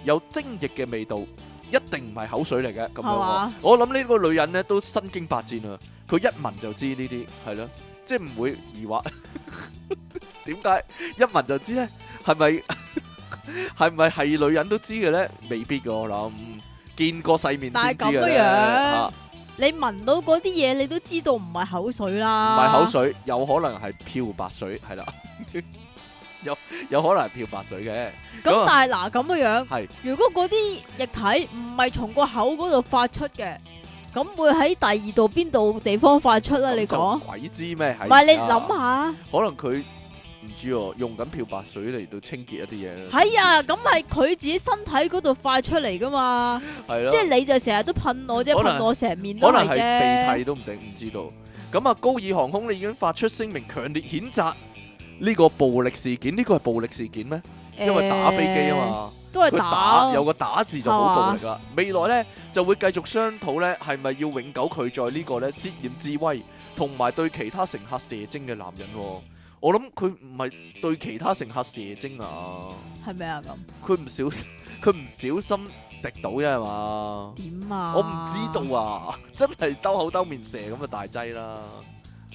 有精液嘅味道，一定唔係口水嚟嘅咁
係
樣喎
嘛。
我諗呢個女人咧都身經百戰啊，佢一聞就知呢啲係咯。即係唔會疑惑。 點解一聞就知咧？係咪 係咪係女人都知嘅咧？未必嘅我諗，見過世面先知
但係咁
嘅
嘅
咧。
樣
嚇
你聞到嗰啲嘢，你都知道唔係口水
唔
啦，
係口，水，有可能係漂白水，係啦。 有有可能係漂白水嘅，咁
咁
啊
但係嗱咁嘅樣，
係
如果嗰啲液體唔係從個口嗰度發出嘅，咁會喺第二度邊度地方發出啦？你
咁就
講，唔
鬼知咩？唔
係你諗，下，
可能佢唔知喎，用緊漂白水嚟到清潔一啲嘢咧。
係啊，咁係佢自己身體嗰度發出嚟噶嘛，
係咯
即。係你就成日都噴我啫，
可能
噴我成面都
可
係
能係
啫
鼻涕，都唔定，唔知道。咁啊，高爾航空咧已經發出聲明，強烈譴責呢個暴力事件。呢個係暴力事件咩？因為打飛機啊
誒，
嘛，
都係
佢打
打
有個打字就好暴力啦。未來呢，就會繼續商討呢係咪要永久拒載呢個呢涉嫌自威同埋對其他乘客射精嘅男人、喎。我諗佢唔係對其他乘客射精啊，
係咪啊？咁
佢唔小 佢唔小心滴到啫係嘛。
點啊？
我唔知道啊， 真係兜口兜面射咁啊大劑啦，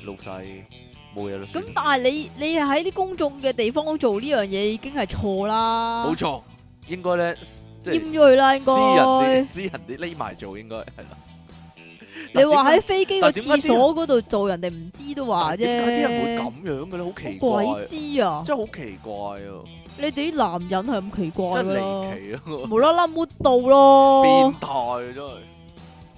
老細冇嘢啦。
咁但係你你喺啲公眾嘅地方做呢樣嘢已經係錯啦，
冇錯，應該咧即
淹
係
咗佢啦應
私人啲，
該。
私人啲匿埋做應該係啦。
你話喺
但點解
飛機個廁所嗰度做，人哋唔知都話啫。
但點解啲人會咁樣嘅咧？好奇怪
鬼，知啊！
真係好奇怪啊
你哋啲男人係咁奇怪哦
啊，真
㗎
係
咯
離，奇啊，
無啦啦抹到咯
變，態啊真係。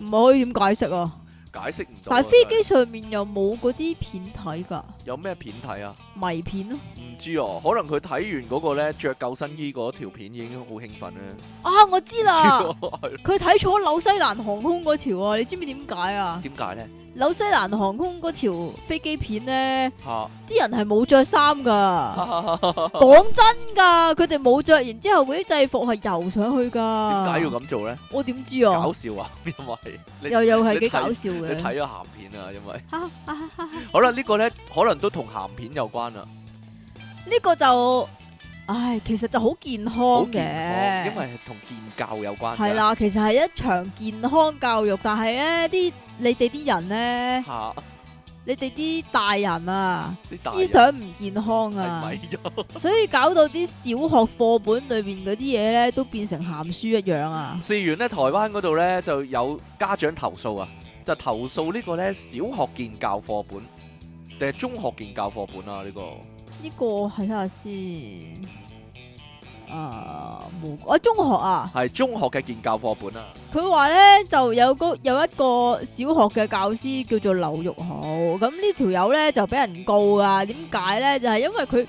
唔係可以點解釋啊？
解釋唔到啊。
但係飛
真係
機上面又冇嗰啲片睇㗎，
有咩片睇啊？
迷片咯。
唔知哦，可能佢睇完嗰個咧着救生衣嗰條片已經好興奮咧。
啊，我知啦，
係咯
佢睇咗紐西蘭航空嗰條啊，你知唔知 點解啊？
點解咧？
紐西蘭航空嗰條飛機片咧，
嚇！
啲人係冇着衫㗎。講真㗎，佢哋冇着，然之後嗰啲制服係游上去㗎。
點解要
點
咁做咧？
我點知啊
搞？笑啊， 因為你
又又係
你
幾
睇
搞笑
你
嘅。
睇咗鹹片啊，因為
哈哈哈哈哈
好啦，呢個咧可能都同鹹片有關啊啦，
呢個就，唉，其實就好健康
好
嘅，
健康，因為係同健教有關㗎。
係啦，其實係一場健康教育，但係咧啲你哋啲人咧，
嚇，
你哋啲大人啊，
啲大
思
人
想唔健康
係
啊
咪，呀？
所以搞到啲小學課本裏邊嗰啲嘢咧，都變成鹹書一樣啊！
事源咧，台灣嗰度咧就有家長投訴啊，就投訴呢個咧小學建教課本定係中學建教課本啊？呢、個
呢個睇下先，啊冇啊中學啊，
係中學嘅建教課本啊，
佢話咧就有個有一個小學嘅教師叫做劉玉豪，咁呢條友咧就俾人告噶，點解咧？就係、因為佢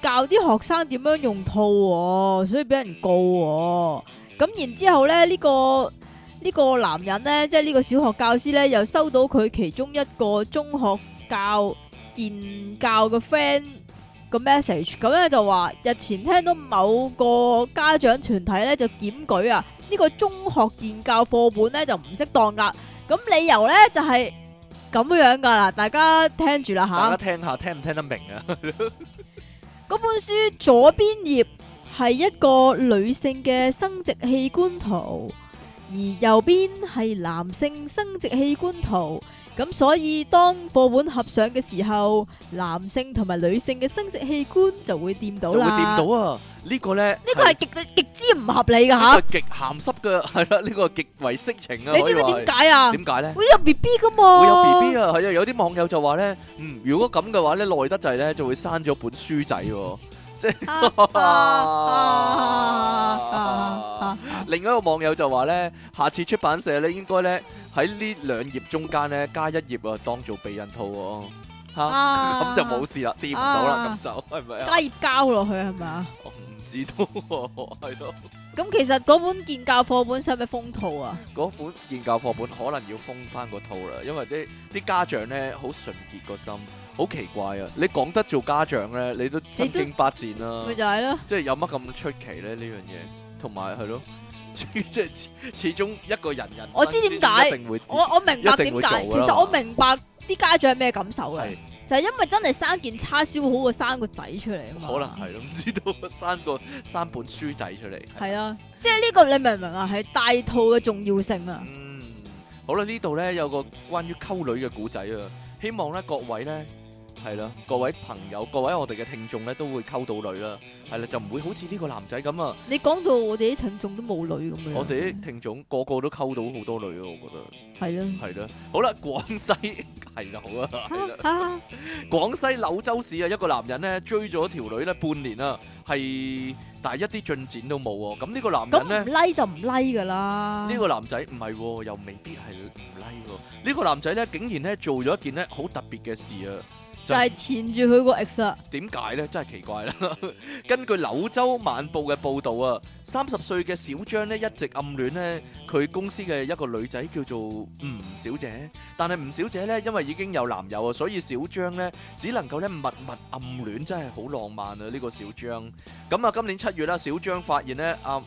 教啲學生點樣用套喎、所以俾人告喎、咁然之後咧，呢、個呢、個男人咧，即係呢個小學教師咧，又收到佢其中一個中學教健教嘅 friend 個 message，咁咧就話日前聽到某個家長團體咧就檢舉啊，呢、個中學健教課本咧就唔適當噶，咁理由咧就係、咁樣噶啦，大家聽住啦吓。
大家聽下聽唔聽得明啊？
嗰本書左邊頁係一個女性嘅生殖器官圖，而右邊係男性生殖器官圖。咁所以當課本合上嘅時候，男性同埋女性嘅生殖器官就會掂到
就會
啦。
掂到啊！呢個咧
呢個係極極之唔合理噶
呢
吓
個，極鹹濕嘅係啦，呢個極為色情啊！
你知唔
可以話
知
係
點解啊？
點解咧？
會有 B B 噶嘛？
會有 B B 啊，係啊，有啲網友就話咧，嗯，如果咁嘅話咧，耐得滯咧就會生咗本書仔 喎。
啊啊啊啊啊
另一個網友就話咧，下次出版社咧應該咧喺呢兩頁中間咧加一頁啊，當做避孕套喎。嚇，
啊
咁就冇事啦，掂唔到啦
啊，
咁就係咪啊？
加葉膠落去係咪啊？
我唔知道喎，係咯，
咁其實嗰本健教課本使唔使封套啊？
嗰款研究課本可能要封翻個套啦，因為啲啲家長咧好純潔個心，好奇怪啊！你講得做家長咧，你都身經百戰啦
咪。就係咯。
即係有乜咁出奇咧？呢樣嘢同埋係咯， 即係始始終一個人人
我知點解
一定會知
我我明白
一定
點
會
解，其
做㗎啦
實我明白啲家長咩感受嘅
係，
就係因為真係生件叉燒好過生個仔出嚟啊嘛。
可能係咯，唔知道 生個生本書仔出嚟。
係啊，即係呢個你明唔明啊？係帶套嘅重要性啊！
嗯，好啦，呢度咧有個關於溝女嘅古仔啊，希望咧各位咧係啦，各位朋友，各位我哋嘅聽眾咧都會溝到女啦，係啦，就唔會好似呢個男仔咁啊，
你講到我哋啲聽眾都冇女咁樣，
我哋啲聽眾個個都溝到好多女啊，我覺得
係咯
係啦。好啦，廣西 係啦，好啊，係啦。
啊啊
廣西柳州市啊，一個男人咧追咗條女咧半年啦，係但係一啲進展都冇喎。咁呢個男
咁
人
唔
咧，
like 就唔 like 㗎啦。
呢個男仔唔係喎，又未必係唔 like 喎。呢個男仔咧，竟然咧做咗一件咧好特別嘅事啊！
就係纏住佢個 ex 啊，
點解呢？真係奇怪啦！ 根據柳州晚報嘅報導啊，三十歲嘅小張呢一直暗戀呢佢公司嘅一個女仔叫做吳小姐，但係吳小姐呢，因為已經有男友啊，所以小張呢只能夠呢默默暗戀，真係好浪漫啊！呢、個小張咁啊，今年七月啦，小張發現呢阿、吳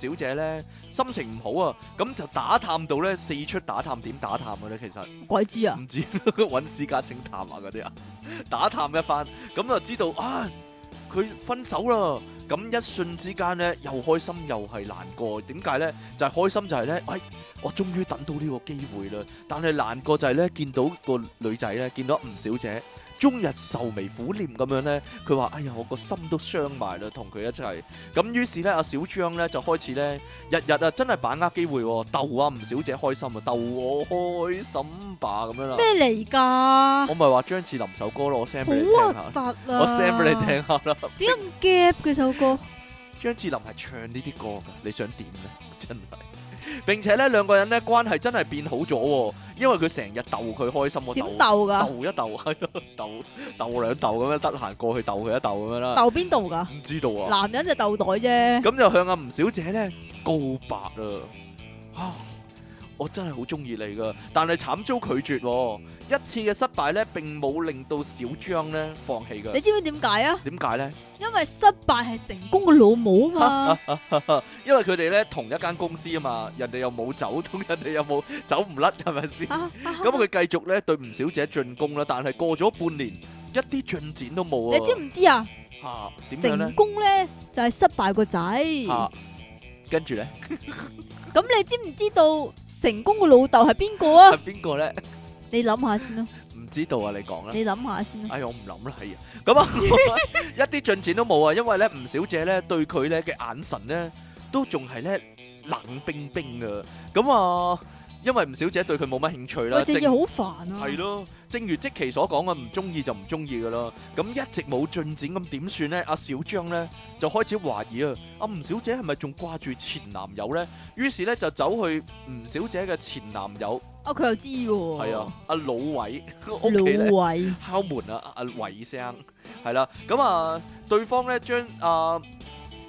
小姐呢心情唔好啊，咁就打探到呢四出打探點打探嘅呢，其實。
鬼知啊！
唔知 揾私家偵探啊嗰啲啊，打探一番，咁啊知道啊佢分手啦。咁一瞬之間呢，又開心又係難過。點解呢？就係、開心就係呢，哎，我終於等到呢個機會啦。但係難過就係呢，見到個女仔呢，見到吳小姐，終日愁眉苦臉咁樣呢。佢話：哎呀，我個心都傷埋啦，同佢一齊。咁於是呢，阿小張呢，就開始呢。日日啊，真係把握機會喎，逗啊吳小姐開心啊，逗我開心吧咁樣啦。
咩嚟㗎？
我咪話張智霖首歌咯，我 send
好
俾你聽
核
下，
突啊！
我 send 俾你。聽下啦。
點解咁夾嘅首歌？
張智霖係唱呢啲歌㗎，你想點咧？真係並且咧兩個人咧關係真係變好咗喎，因為佢成日逗佢開心，我
點
逗
鬥噶？
鬥一鬥係咯，鬥鬥兩鬥咁樣，得閒過去鬥佢一鬥咁樣啦。
鬥邊度噶？
唔知道啊，
男人就鬥袋啫，
咁就向阿吳小姐咧告白啦。啊，我真係好中意你噶，但係慘遭拒絕喎。一次嘅失敗咧，並冇令到小張咧放棄噶
你。知唔知點解啊？
點解咧？
因為失敗係成功嘅老母啊嘛，
因為佢哋咧同一間公司啊嘛，人哋又冇走，同 人哋又冇走唔甩，係咪先？咁
咁
佢繼續咧對吳小姐進攻啦，但係過咗半年，一啲進展都冇啊！
你知唔知啊？
嚇點樣
成
咧？
功咧就係失敗個仔，
嚇
咁
跟住咧
你知唔知道成功嘅老豆係邊個啊
係？邊個咧？
你諗下先啦，
唔知道啊！你講啦。
你諗下先啦，
哎呀，我唔諗啦，係啊，咁啊， 一啲進展都冇啊，因為咧吳小姐咧對佢咧嘅眼神咧都仲係咧冷冰冰啊，咁啊，因為吳小姐對佢冇乜興趣啦，
喂，隻嘢好煩啊！
係咯，正如即其所講啊，唔中意就唔中意噶啦，咁一直冇進展，咁點算呢？阿小張呢，就開始懷疑啊，阿吳小姐係咪仲掛住前男友呢？於是呢，就走去吳小姐嘅前男友，
啊，佢又知嘅喎，
係啊，阿老偉 屋企呢。
老偉
敲門啊，阿偉聲係啦，咁啊，對方咧將啊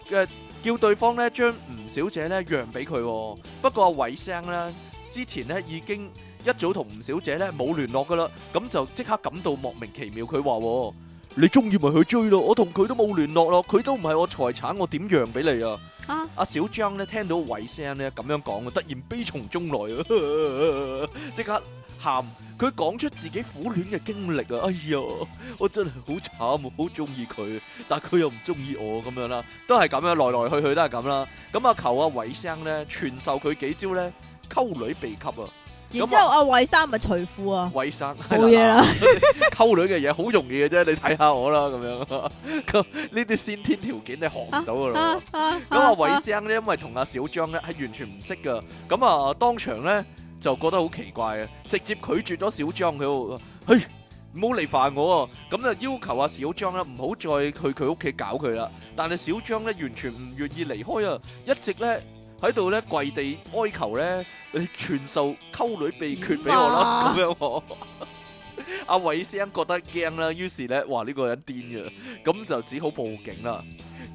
嘅叫對方咧將吳小姐咧讓俾佢喎，不過阿偉聲咧之前咧已經一早同吳小姐咧冇聯絡噶啦，咁就即刻感到莫名其妙，佢話喎你中意咪去追咯，我同佢都冇聯絡咯，佢都唔係我財產，我點讓俾你啊？
啊，
阿小張咧聽到偉聲咧咁樣講啊，突然悲從中來啊， 即刻喊。佢講出自己苦戀嘅經歷啊！哎呀，我真係好慘，啊好中意佢，但佢又唔中意我咁樣啦，都係咁樣，來來去去都係咁啦。咁啊，求阿偉生咧傳授佢幾招咧溝女秘笈啊！
然之後阿偉生咪除褲啊，
偉生係
冇嘢啦，
溝女嘅嘢好容易嘅啫，你睇下我啦咁樣。咁呢啲先天條件你學唔到噶啦。
啊啊
咁啊，
啊
偉生咧，因為同阿小張咧係完全唔識噶，咁啊，當場咧就覺得好奇怪啊，直接拒絕咗小張佢話，嘿，唔好嚟煩我啊！咁就要求阿小張啦，唔好再去佢屋企搞佢啦。但係小張咧完全唔願意離開啊，一直咧喺度咧跪地哀求咧，你傳授溝女秘訣俾我啦，咁樣我。 阿偉生覺得驚啦，於是咧，哇呢個人癲嘅，咁就只好報警啦。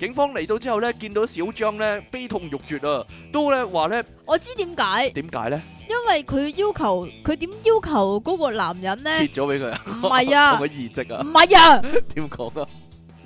警方嚟到之後咧，見到小張咧悲痛欲絕啊，都咧話咧
我知點解，
點解咧
因為佢要求佢點要求嗰個男人
切
咧，
咗俾佢啊？
唔係 啊
係咪移植啊
唔？係啊。
點講啊？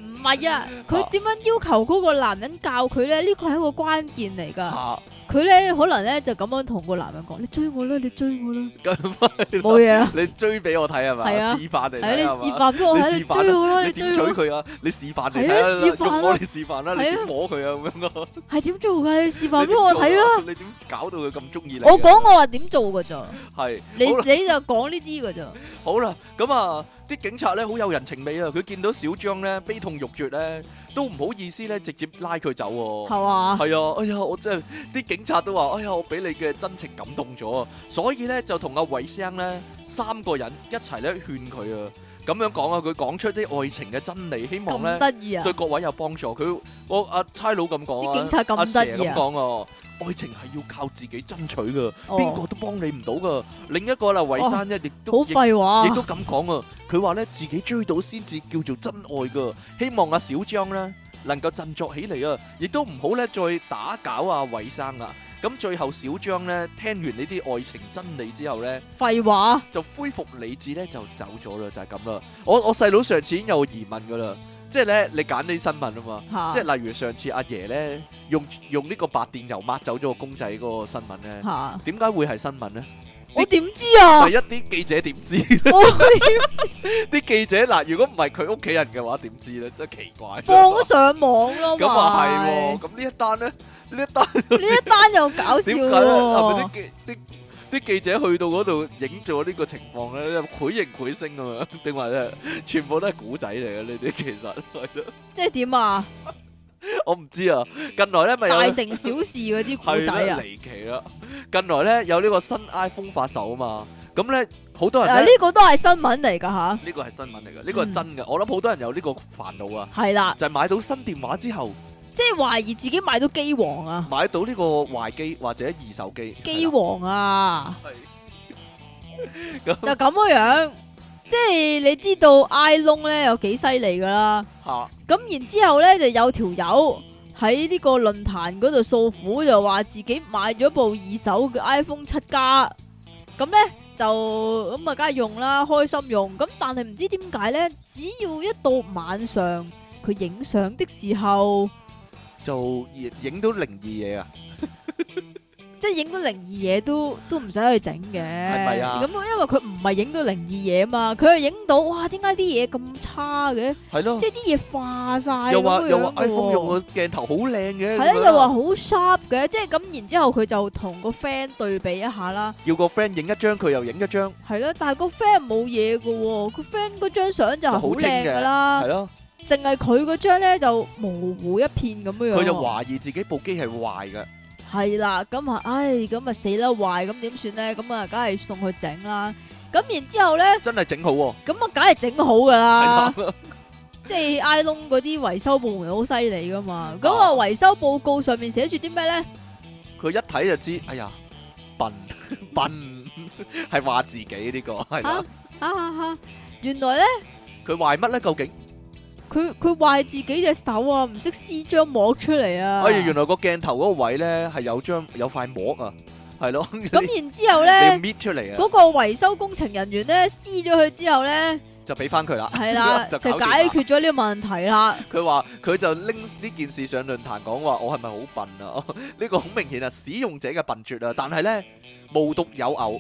唔係啊，佢點樣要求嗰個男人教佢咧？呢個係一個關鍵嚟噶。
嚇
佢咧可能咧就咁樣同個男人講：你追我啦，你追我 啦，
咁
冇嘢啦。
你追俾我睇係
係啊
咪？示範
係
嚟睇
啊，你
係
示
嘛？
範俾我睇，
你
你
示範啦
追我啦，
你
你
點
追我啦，
嘴佢啊？你示範嚟
係
睇
啊
啊！
示範
用
啦
我你示範啦，你
係啊
點摸佢啊？咁樣咯，
係點做噶？你示範俾
你點
我
做
睇啦。
啊！你點搞到佢咁中意你啊？
我講我話點做噶咋，
係
你
好啦
你就講呢啲噶咋。
好啦，咁啊，啲警察咧好有人情味啊！佢見到小張咧悲痛欲絕咧，都唔好意思咧，直接拉佢走喎。
係嘛？
係啊，哎呀，我真係啲警察都話，哎呀，我俾你嘅真情感動咗啊，所以咧就同阿偉生咧三個人一齊咧勸佢啊，咁樣講啊，佢講出啲愛情嘅真理，希望
咁
咧
得意啊！
對各位有幫助。佢我阿差佬咁講
Dạ. 啲
啊，
警察
阿
咁
蛇
得意
咁
啊！
講啊，愛情係要靠自己爭取噶，邊個
哦，
都幫你唔到噶。另一個啦，偉生咧亦
好
都亦
廢
亦都
話。
咁講啊！佢話咧自己追到先至叫做真愛噶，希望阿小張咧能夠振作起嚟啊！亦都唔好咧再打攪阿偉生啊！咁最後小張咧聽完呢啲愛情真理之後咧，
廢話，
就恢復理智咧就走咗啦，就係咁啦。我我細佬上次已經有疑問噶啦，即係咧你揀呢啲新聞啊嘛，
吓
即係例如上次阿爺咧用用呢個白電油抹走咗個公仔嗰個新聞咧，
吓，
點解會係新聞咧？
我點知啊
第？一啲記者點知？
我
啲記者嗱，如果唔係佢屋企人嘅話，點知咧？真係奇怪。
放咗上網咯，
咁啊係
咪
喎，咁呢一單咧，呢一單
呢一單又搞笑
點解咧？係
喎
咪啲，記啲啲記者去到嗰度影咗呢個情況咧，繪形繪聲 咁樣，定話咧全部都係古仔嚟嘅呢啲，其實係咯，
即係點啊？
我唔知啊。近來咧咪
大
有
城小事嗰啲古
係
仔
啦
啊！
離奇啦，近來咧有呢個新 iPhone 發售啊嘛，咁咧好多人
嗱，
咧
呢個都係新聞嚟㗎吓，
呢個 à. 係新聞嚟嘅，呢個係真嘅，我諗好多人有呢個煩惱啊，
係啦，
就係買到新電話之後。
即系怀疑自己买到机王啊，
買到呢個壞機或者二手機，
机
係啦
王啊，
係啊
就
咁
咁样样，即系你知道 I 窿咧有几犀利噶啦。
嚇
咁然之後咧就有條友喺呢個論壇嗰度訴苦，就話自己買咗部二手嘅 iPhone 七加，咁咧就咁啊，梗係用啦，開心用。咁但係唔知點解咧，只要一到晚上佢影相的時候，
就影影到靈異嘢啊！
即係影到靈異嘢都都唔使去整嘅，
咪啊
咁因為佢唔係影到靈異嘢嘛，佢係影到哇，點解啲嘢咁差嘅？
係咯
即，係啲嘢化晒
又話
咁樣
又話
嘅喎
iPhone 用個鏡頭好靚
係
嘅，咁樣
啦，又
啊
話好 sharp 嘅，即係咁，然之後佢就同個 friend 對比一下啦，
要個 friend 影一張，佢又影一張，
係咯，但係個 friend 冇嘢嘅喎，個 friend 嗰張相就
就
好
好清
靚
嘅
噶啦
係，咯，
淨係佢嗰張咧就模糊一片咁樣樣喎。
佢就懷疑自己部機係壞嘅，
係啦，咁啊，唉，咁啊死啦壞，咁點算咧？咁啊，梗係送去整啦。咁然之後咧，
真係整好喎，
咁啊，梗係整好噶啦，
係啦啊
即係 i l o n 嗰啲維修部門好犀利噶嘛。咁啊，維修報告上面寫住啲咩咧？
佢一睇就知，哎呀，笨 笨，係話自己呢個係啦，
哈哈哈！原來咧。
佢壞乜咧？究竟？
佢佢坏自己隻手啊，唔識撕張膜出嚟啊！
哎呀，原來個鏡頭嗰個位咧係有張有塊膜啊，係咯，你
咁然之后
你要
咧，
搣出嚟啊，
嗰個維修工程人員咧撕咗佢之後咧，
就俾翻佢啦。
係啦，
就
就
搞掂啦
解決咗呢個問題啦。
佢話佢就拎呢件事上論壇講話，我係咪好笨啊？ 呢個好明顯啊，使用者嘅笨拙啊。但係咧，無獨有偶，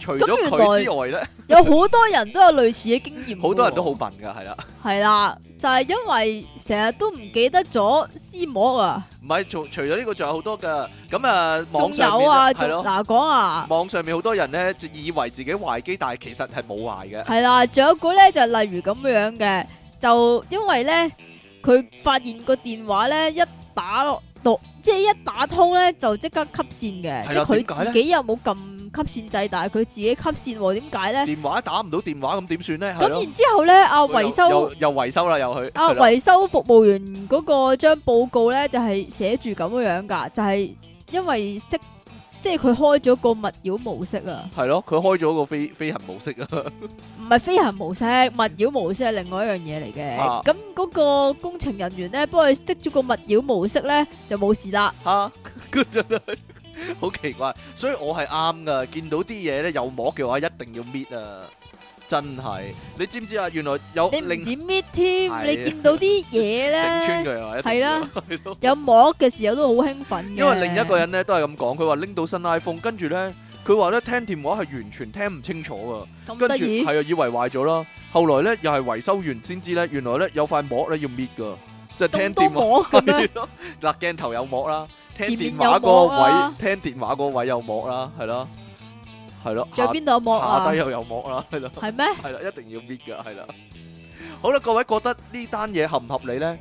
除咗佢之外咧，
有好多人都有類似嘅經驗，
好多人都好笨噶，係啦。
係啦，就係因為成日都唔記得咗撕膜啊，
唔係，除除咗呢個，仲有好多噶。咁啊，網
仲
上
有
面
啊，
呢
仲
係咯，
嗱講啊，
網上面好多人咧就以為自己壞機，但係其實係冇壞 嘅。
係啦，仲有一個咧就係例如咁樣嘅，就因為咧佢發現個電話咧一打落落，即係一打通咧就即刻吸線嘅，
係
即
啦
係
點
佢
解
自
呢
己又冇撳吸線掣，但係佢自己吸線喎，點解咧？
電話打唔到電話，咁點算咧？係
咁
咯，
然之後咧，阿
佢又
維修
又又維修啦，又去
阿
係啦
維修服務員嗰個張報告咧就係寫住咁樣樣㗎，就係因為識即係佢開咗個勿擾模式啊，
係咯，佢開咗個飛飛行模式啊，
唔係飛行模式，勿擾模式係另外一樣嘢嚟嘅。
啊
咁嗰、個工程人員咧，幫佢熄咗個勿擾模式咧，就冇事啦。
吓，佢真係好奇怪，所以我係啱噶，見到啲嘢咧有膜嘅話，一定要搣啊！真係，你知唔知啊？原來有
你唔
令
止搣
係啊
添，你見到啲嘢
擰 穿
咧
佢啊，一定
係
要
啦，
係咯。
有膜嘅時候都好興奮嘅。
因為另一個人咧都係咁講，佢話拎到新 iPhone，跟住咧佢話咧聽電話係完全聽唔清楚噶。
咁
跟
得
住
意，
係啊，以為壞咗啦。後來咧又係維修完先知咧，原來咧有塊膜咧要搣噶，即係聽
咁多
電話。
膜咁 樣
係咯嗱，鏡頭有膜啦，聽
前面
電話
有啊
嗰
膜
個
啦
位，聽電話嗰個位有膜啦，係咯，係咯，
仲
下
有邊度有膜
下
啊
低？又有膜啦，係咯，
係咩？
係啦，一定要搣噶，係啦。好啦，各位覺得呢單嘢合唔合理咧？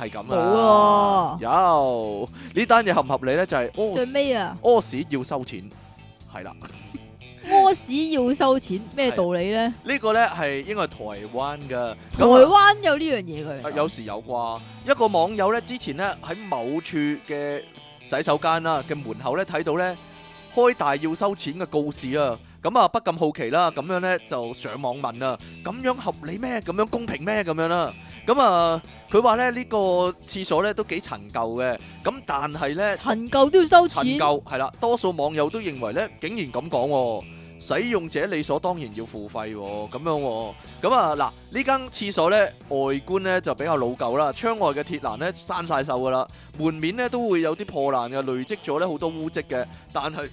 係咁啦
冇，
有呢單嘢合唔合理咧？就係
最
屙
尾啊，
屙屎要收錢，係啦。
屙屎要收錢，咩道理咧？
呢個呢係應該係台灣嘅，
台
咁啊
灣有呢樣嘢
啊
嘅，
有時有啩。一個網友呢，之前呢喺某處嘅洗手間啦嘅門口呢睇到呢開大要收錢嘅告示啊，咁啊不禁好奇啦，咁樣呢就上網問啊，咁樣合理咩？咁樣公平咩？咁樣啦，咁啊佢話呢呢個廁所呢都幾陳舊嘅，咁但係呢。
陳舊都要收錢
陳，舊係啦，多數網友都認為咧，竟然咁講喎，使用者理所當然要付費喎，咁樣喎，咁啊嗱，呢間廁所咧外觀咧就比較老舊啦，窗外嘅鐵欄咧生晒鏽噶啦，門面咧都會有啲破爛嘅，累積咗咧好多污跡嘅，但係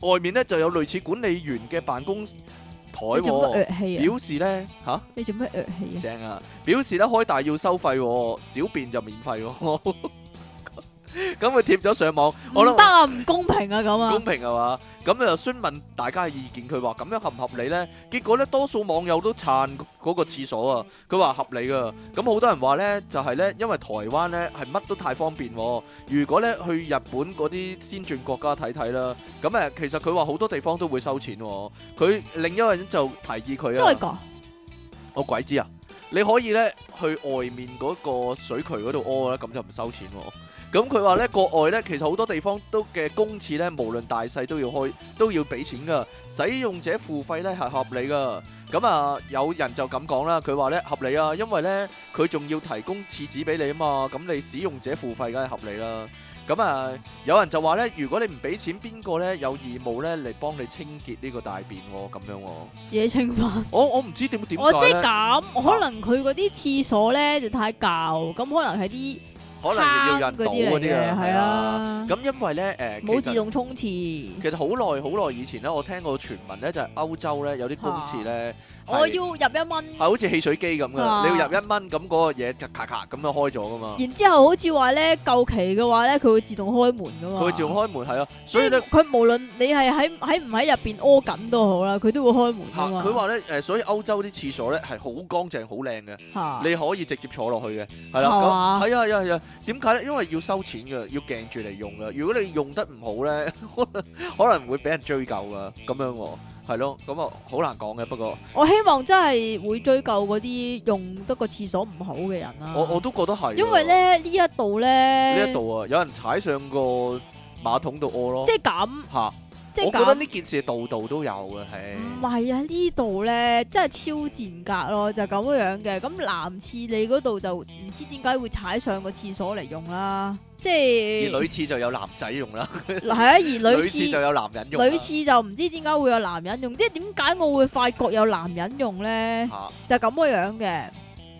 外面咧就有類似管理員嘅辦公台
你做
喎
乜，樂器啊？
表示咧吓。
你做乜樂器啊？
正啊！表示咧開大要收費、喎，小便就免費、喎。 咁佢貼咗上網，我
唔得
諗
啊，唔公平啊咁
公
啊！
平係嘛？咁就詢問大家嘅意見，佢話咁樣合唔合理呢？結果呢，多數網友都撐嗰個廁所啊，佢話合理噶。咁好多人話呢，就係、呢，因為台灣呢係乜都太方便、喎。如果呢去日本嗰啲先進國家睇睇啦，咁誒其實佢話好多地方都會收錢、喎。佢另一個人就提議佢
真係
啊，
㗎，
我鬼知啊！你可以咧去外面嗰個水渠嗰度屙啦，咁就唔收錢喎。咁佢話咧，國外咧其實好多地方都嘅公廁咧，無論大細都要開，都要俾錢噶。使用者付費咧係合理噶。咁啊，有人就咁講啦，佢話咧合理啊，因為咧佢仲要提供廁紙俾你啊嘛，咁你使用者付費梗係合理啦。咁啊，有人就話咧，如果你唔俾錢，邊個咧有義務咧嚟幫你清潔呢個大便喎？咁樣喎，
自己清翻。
我我唔知點點
我即
解
係
啊咧，
咁，可能佢嗰啲廁所咧就太舊，咁可能係啲
可能要人
坑
倒
嗰啲嚟
嗰啲
嘅，
啊，
係
係啊。
啦，
咁因為咧，誒，
冇
其
自
實
動沖廁。
其實好耐好耐以前咧，我聽過傳聞咧，就係歐洲咧
啊
有啲公廁咧，
我
係
要入一蚊，
係好似汽水機咁噶，
啊
你要入一蚊，咁嗰個嘢就咔咔咁就啊開咗噶嘛，
然之後好似話咧，夠期嘅話咧，佢會自動開門噶嘛。
佢會自動開門係啊，
即
所以
係
咧。
佢無論你係喺喺唔喺入邊屙緊都好啦，佢都會開門
嚇
噶嘛。
佢話咧，誒、所以歐洲啲廁所咧係好乾淨、好靚嘅，
嚇
你可以直接坐落去嘅，係啦。
啊係嘛
咁係啊係啊係啊，點解咧？因為要收錢嘅，要鏡住嚟用嘅。如果你用得唔好咧，可能 可能會俾人追究噶，咁樣喎、係咯。咁啊，好難講嘅。不過
我希望真係會追究嗰啲用得個廁所唔好嘅人啦。
我我都覺得係喎，
嗯因為咧呢一度咧，
呢一度啊，有人踩上個馬桶度屙咯
即。係咁，
嚇，
即係
我覺得
咁。
呢件事度度都有嘅，係
唔係啊，呢度咧真係超賤格咯，就咁樣嘅。咁男廁你嗰度就唔知點解會踩上個廁所嚟用啦，即
而
係
女廁就有男仔用啦，
係啊，而女
女
廁
廁 就有男人用啦。
女廁就唔知點解會有男人用，即係點解我會發覺有男人用咧？
嚇
就咁嘅樣嘅，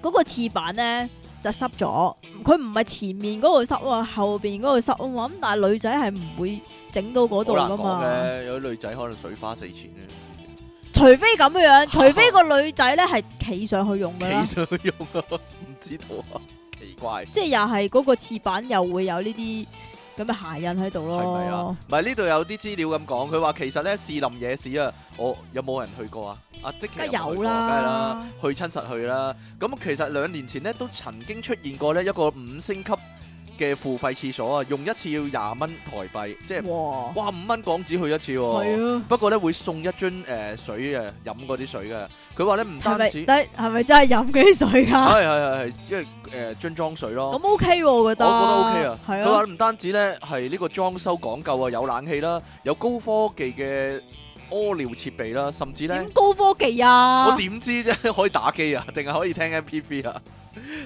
嗰、個廁板咧就濕咗，佢唔係前面嗰度濕啊，後邊嗰度濕啊嘛。咁但係女仔係唔會整到嗰度
好難
噶
講
嘛，
嘅，有啲女仔可能水花四濺咧。
除非咁樣樣，除非個女仔咧係企上去用噶啦
企，上去用啊，唔知道啊，奇怪。
即係又係嗰個廁板又會有呢啲咁嘅鞋印喺度
係咪啊
咯。
唔係呢度有啲資料咁講，佢話其實咧士林夜市啊，我有冇人去過啊？阿即
梗
其
係有啦
梗係啦，去親實去啦。咁其實兩年前咧都曾經出現過呢一個五星級嘅付費廁所啊，用一次要廿蚊台幣，即係
哇，
哇五蚊港紙去一次喎。
係啊，
不過咧會送一樽誒水嘅飲嗰啲水嘅。佢話咧唔
係
單
咪啊
止係啊
但係係咪真係飲嗰啲水㗎？
係係係即係誒樽裝水咯
咁。OK 喎，我覺得。
我覺得 OK 啊
係
佢話
啊，
唔單止咧係呢個裝修講究啊，有冷氣啦，有高科技嘅屙尿設備啦，甚至咧
點高科技啊？
我點知啫？ 可以打機啊，定係可以聽 MPV 啊？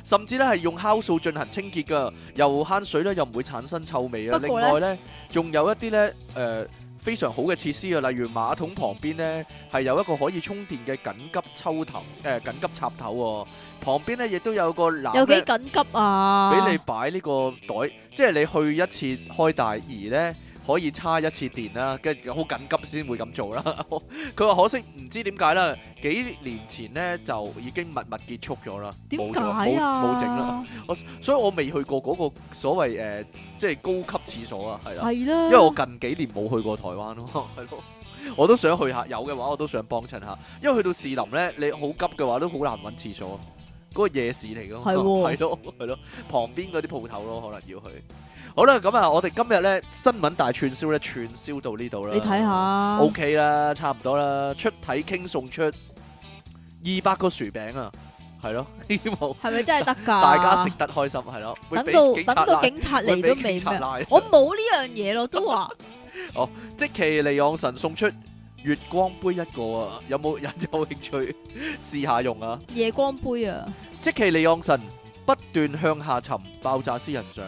甚至咧係用酵素進行清潔噶，又慳水咧，又唔會產生臭味啊。
不
另
過呢
外咧，仲有一啲咧誒非常好嘅設施啊，例如馬桶旁邊咧係有一個可以充電嘅緊急抽頭誒、呃緊急插頭喎、旁邊咧亦都有個攬
有幾
咧
緊急啊？
俾你擺呢個袋，即係你去一次開大，而呢可以叉一次電啦，跟住好緊急先會咁做啦。 佢話可惜唔知點解啦，幾年前呢就已經密密結束咗啦，
點
冇
解
咗
啊？
冇冇整啦，所以我未去過嗰個所謂誒、呃即係高級廁所啊，係啦，
係啦，
因為我近幾年冇去過台灣咯， 係咯。我都想去下，有嘅話我都想幫襯下，因為去到士林呢，你好急嘅話都好難揾廁所，嗰、個夜市嚟㗎嘛，
係喎
係咯係咯，旁邊嗰啲鋪頭咯，可能要去。好啦，咁啊，我哋今日呢，新聞大串燒呢，串燒到呢度啦，
你睇下
，OK 啦，差唔多啦，出體傾送出二百個薯餅啊，係咯，希望
係咪真係得㗎？
大家食得開心係咯，會
啊等
俾
到
警
等
察
到
拉，
警察
會
嚟都
俾
未
警察
咩？
拉。
我冇呢樣嘢咯，都話
即其利昂神送出月光杯一個啊，有冇人有興趣試下用啊？
夜光杯啊，
即其利昂神不斷向下沉，爆炸私人相。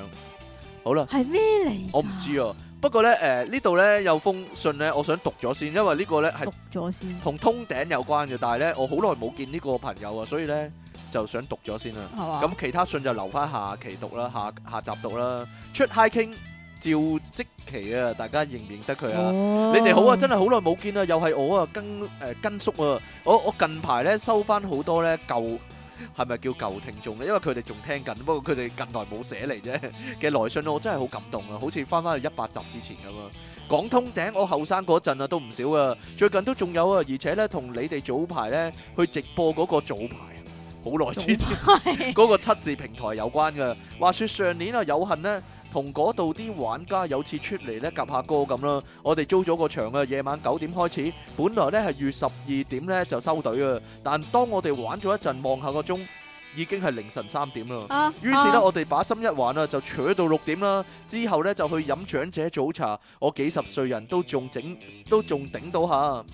好啦，
係咩嚟㗎？
我唔知啊，不過呢，誒、呢度呢有封信呢，我想讀咗先，因為呢個呢係
讀咗先
同通頂有關嘅，但係呢，我好耐冇見呢個朋友啊，所以呢就想讀咗先啦。
係嘛？
咁其他信就留翻下期讀啦，下下集讀啦。出 high king 趙即奇啊，大家認唔認得佢啊？
哦
你哋好啊！ 真係好耐冇見啦，又係我啊，跟誒、呃跟叔啊，我我近排咧收翻好多咧舊係咪叫舊聽眾咧？因為佢哋仲聽緊，不過佢哋近來冇寫嚟啫嘅來信，我真係好感動啊！好似翻翻去一百集之前咁啊！講通頂，我後生嗰陣啊都唔少啊，最近都仲有啊，而且咧同你哋早排咧去直播嗰個早排，啊好耐之前。
係
嗰個七字平台有關嘅。話説上年啊，有幸呢，同嗰度啲玩家有次出嚟呢，夾下歌咁啦。我哋租咗個場啊，夜晚九點開始，本來呢係預十二點呢就收隊啊。但當我哋玩咗一陣，望下個鐘，已經係凌晨三點啦。
啊，
於是咧，
啊
我哋把心一橫啊，就扯到六點啦。之後咧就去飲長者早茶，我幾十歲人都仲整，都仲頂到下。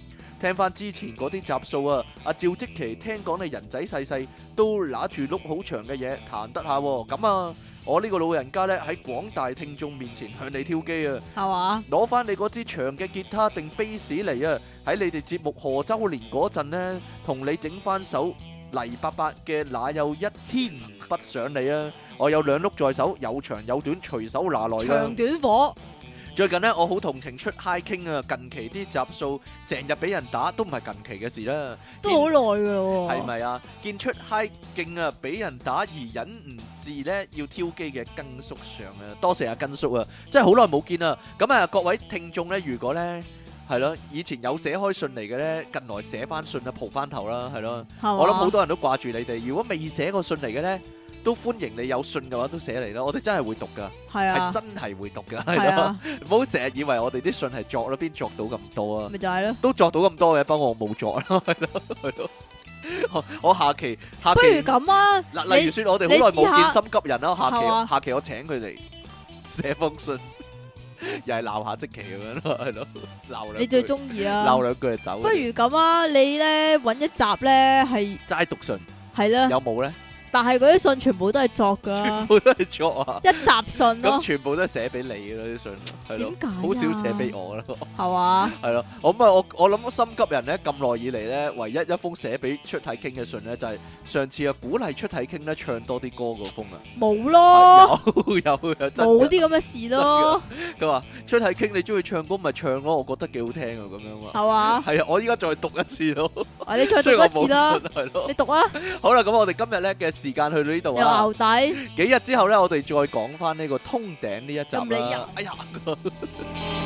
聽翻之前嗰啲集數啊，阿趙積奇聽講你人仔細細都揦住碌好長嘅嘢彈得下喎，咁啊，我呢個老人家咧喺廣大聽眾面前向你挑機啊！
係嘛？
攞翻你嗰支長嘅吉他定 bass 嚟啊！喺你哋節目何周年嗰陣呢，同你整翻首黎伯伯嘅《哪有一天不想你》啊！我有兩碌在手，有長有短，隨手拿來啦
長。短火
最近呢，我好同情出 high king 啊！近期啲集數成日俾人打，都唔係近期嘅事啦。
都好耐噶咯喎，
係咪啊？見出 high 勁啊，俾人打而忍唔住咧，要挑機嘅根叔上啊！多謝阿根叔啊，真係好耐冇見啦。咁啊，各位聽眾咧，如果咧係咯，以前有寫開信嚟嘅咧，近來寫翻信啦，蒲翻頭啦，係咯。
係嘛？
我諗好多人都掛住你哋。如果未寫過信嚟嘅咧，都歡迎你有信嘅話都寫嚟啦。我哋真係會讀噶，
係
係
啊，
真係會讀噶，
係
係咯。
啊，
唔好成日以為我哋啲信係作啦，邊作到咁多啊？
咪就係咯。
都作到咁多嘅，不過我冇作咯， 係咯，係咯。我我下期下
不如
期
咁啊，
嗱，例如
你
說我哋
你
好耐
試
冇
下
見心急人啦，下
係嘛
期下期我請佢嚟 寫封信，又係鬧下即期咁樣咯，係咯，鬧兩句
你最中意啊？
鬧兩句就走。
不如咁啊，你咧揾一集咧係
齋讀信
係啦，
有冇咧？
但係嗰啲信全部都係作
全
噶，
部 都係作啊！
一集信咯
咁，全部都係寫俾你嘅啲信，係咯
點解，啊
好少寫俾我咯，
係嘛？
係咯。咁啊，我我諗心急人咧咁耐以嚟咧，唯一一封寫俾出體傾嘅信咧，就係上次啊鼓勵出體傾咧唱多啲歌嗰封啊。
冇咯，
有 有有真
哦冇
嘅，
啲咁嘅事咯，
佢話出體傾你中意唱歌咪唱咯，我覺得幾好聽啊咁樣話。
係嘛？
係啊，我依家再讀一次咯，
啊你哦 再讀
雖然
一
我
次
冇
啦，
信係咯。
你讀啊，
好啦，咁我哋今日咧嘅時間去到呢度
又
啊
牛，底。
幾日之後咧，我哋再講翻呢個通頂呢一集
咁你
啦
又。
哎呀！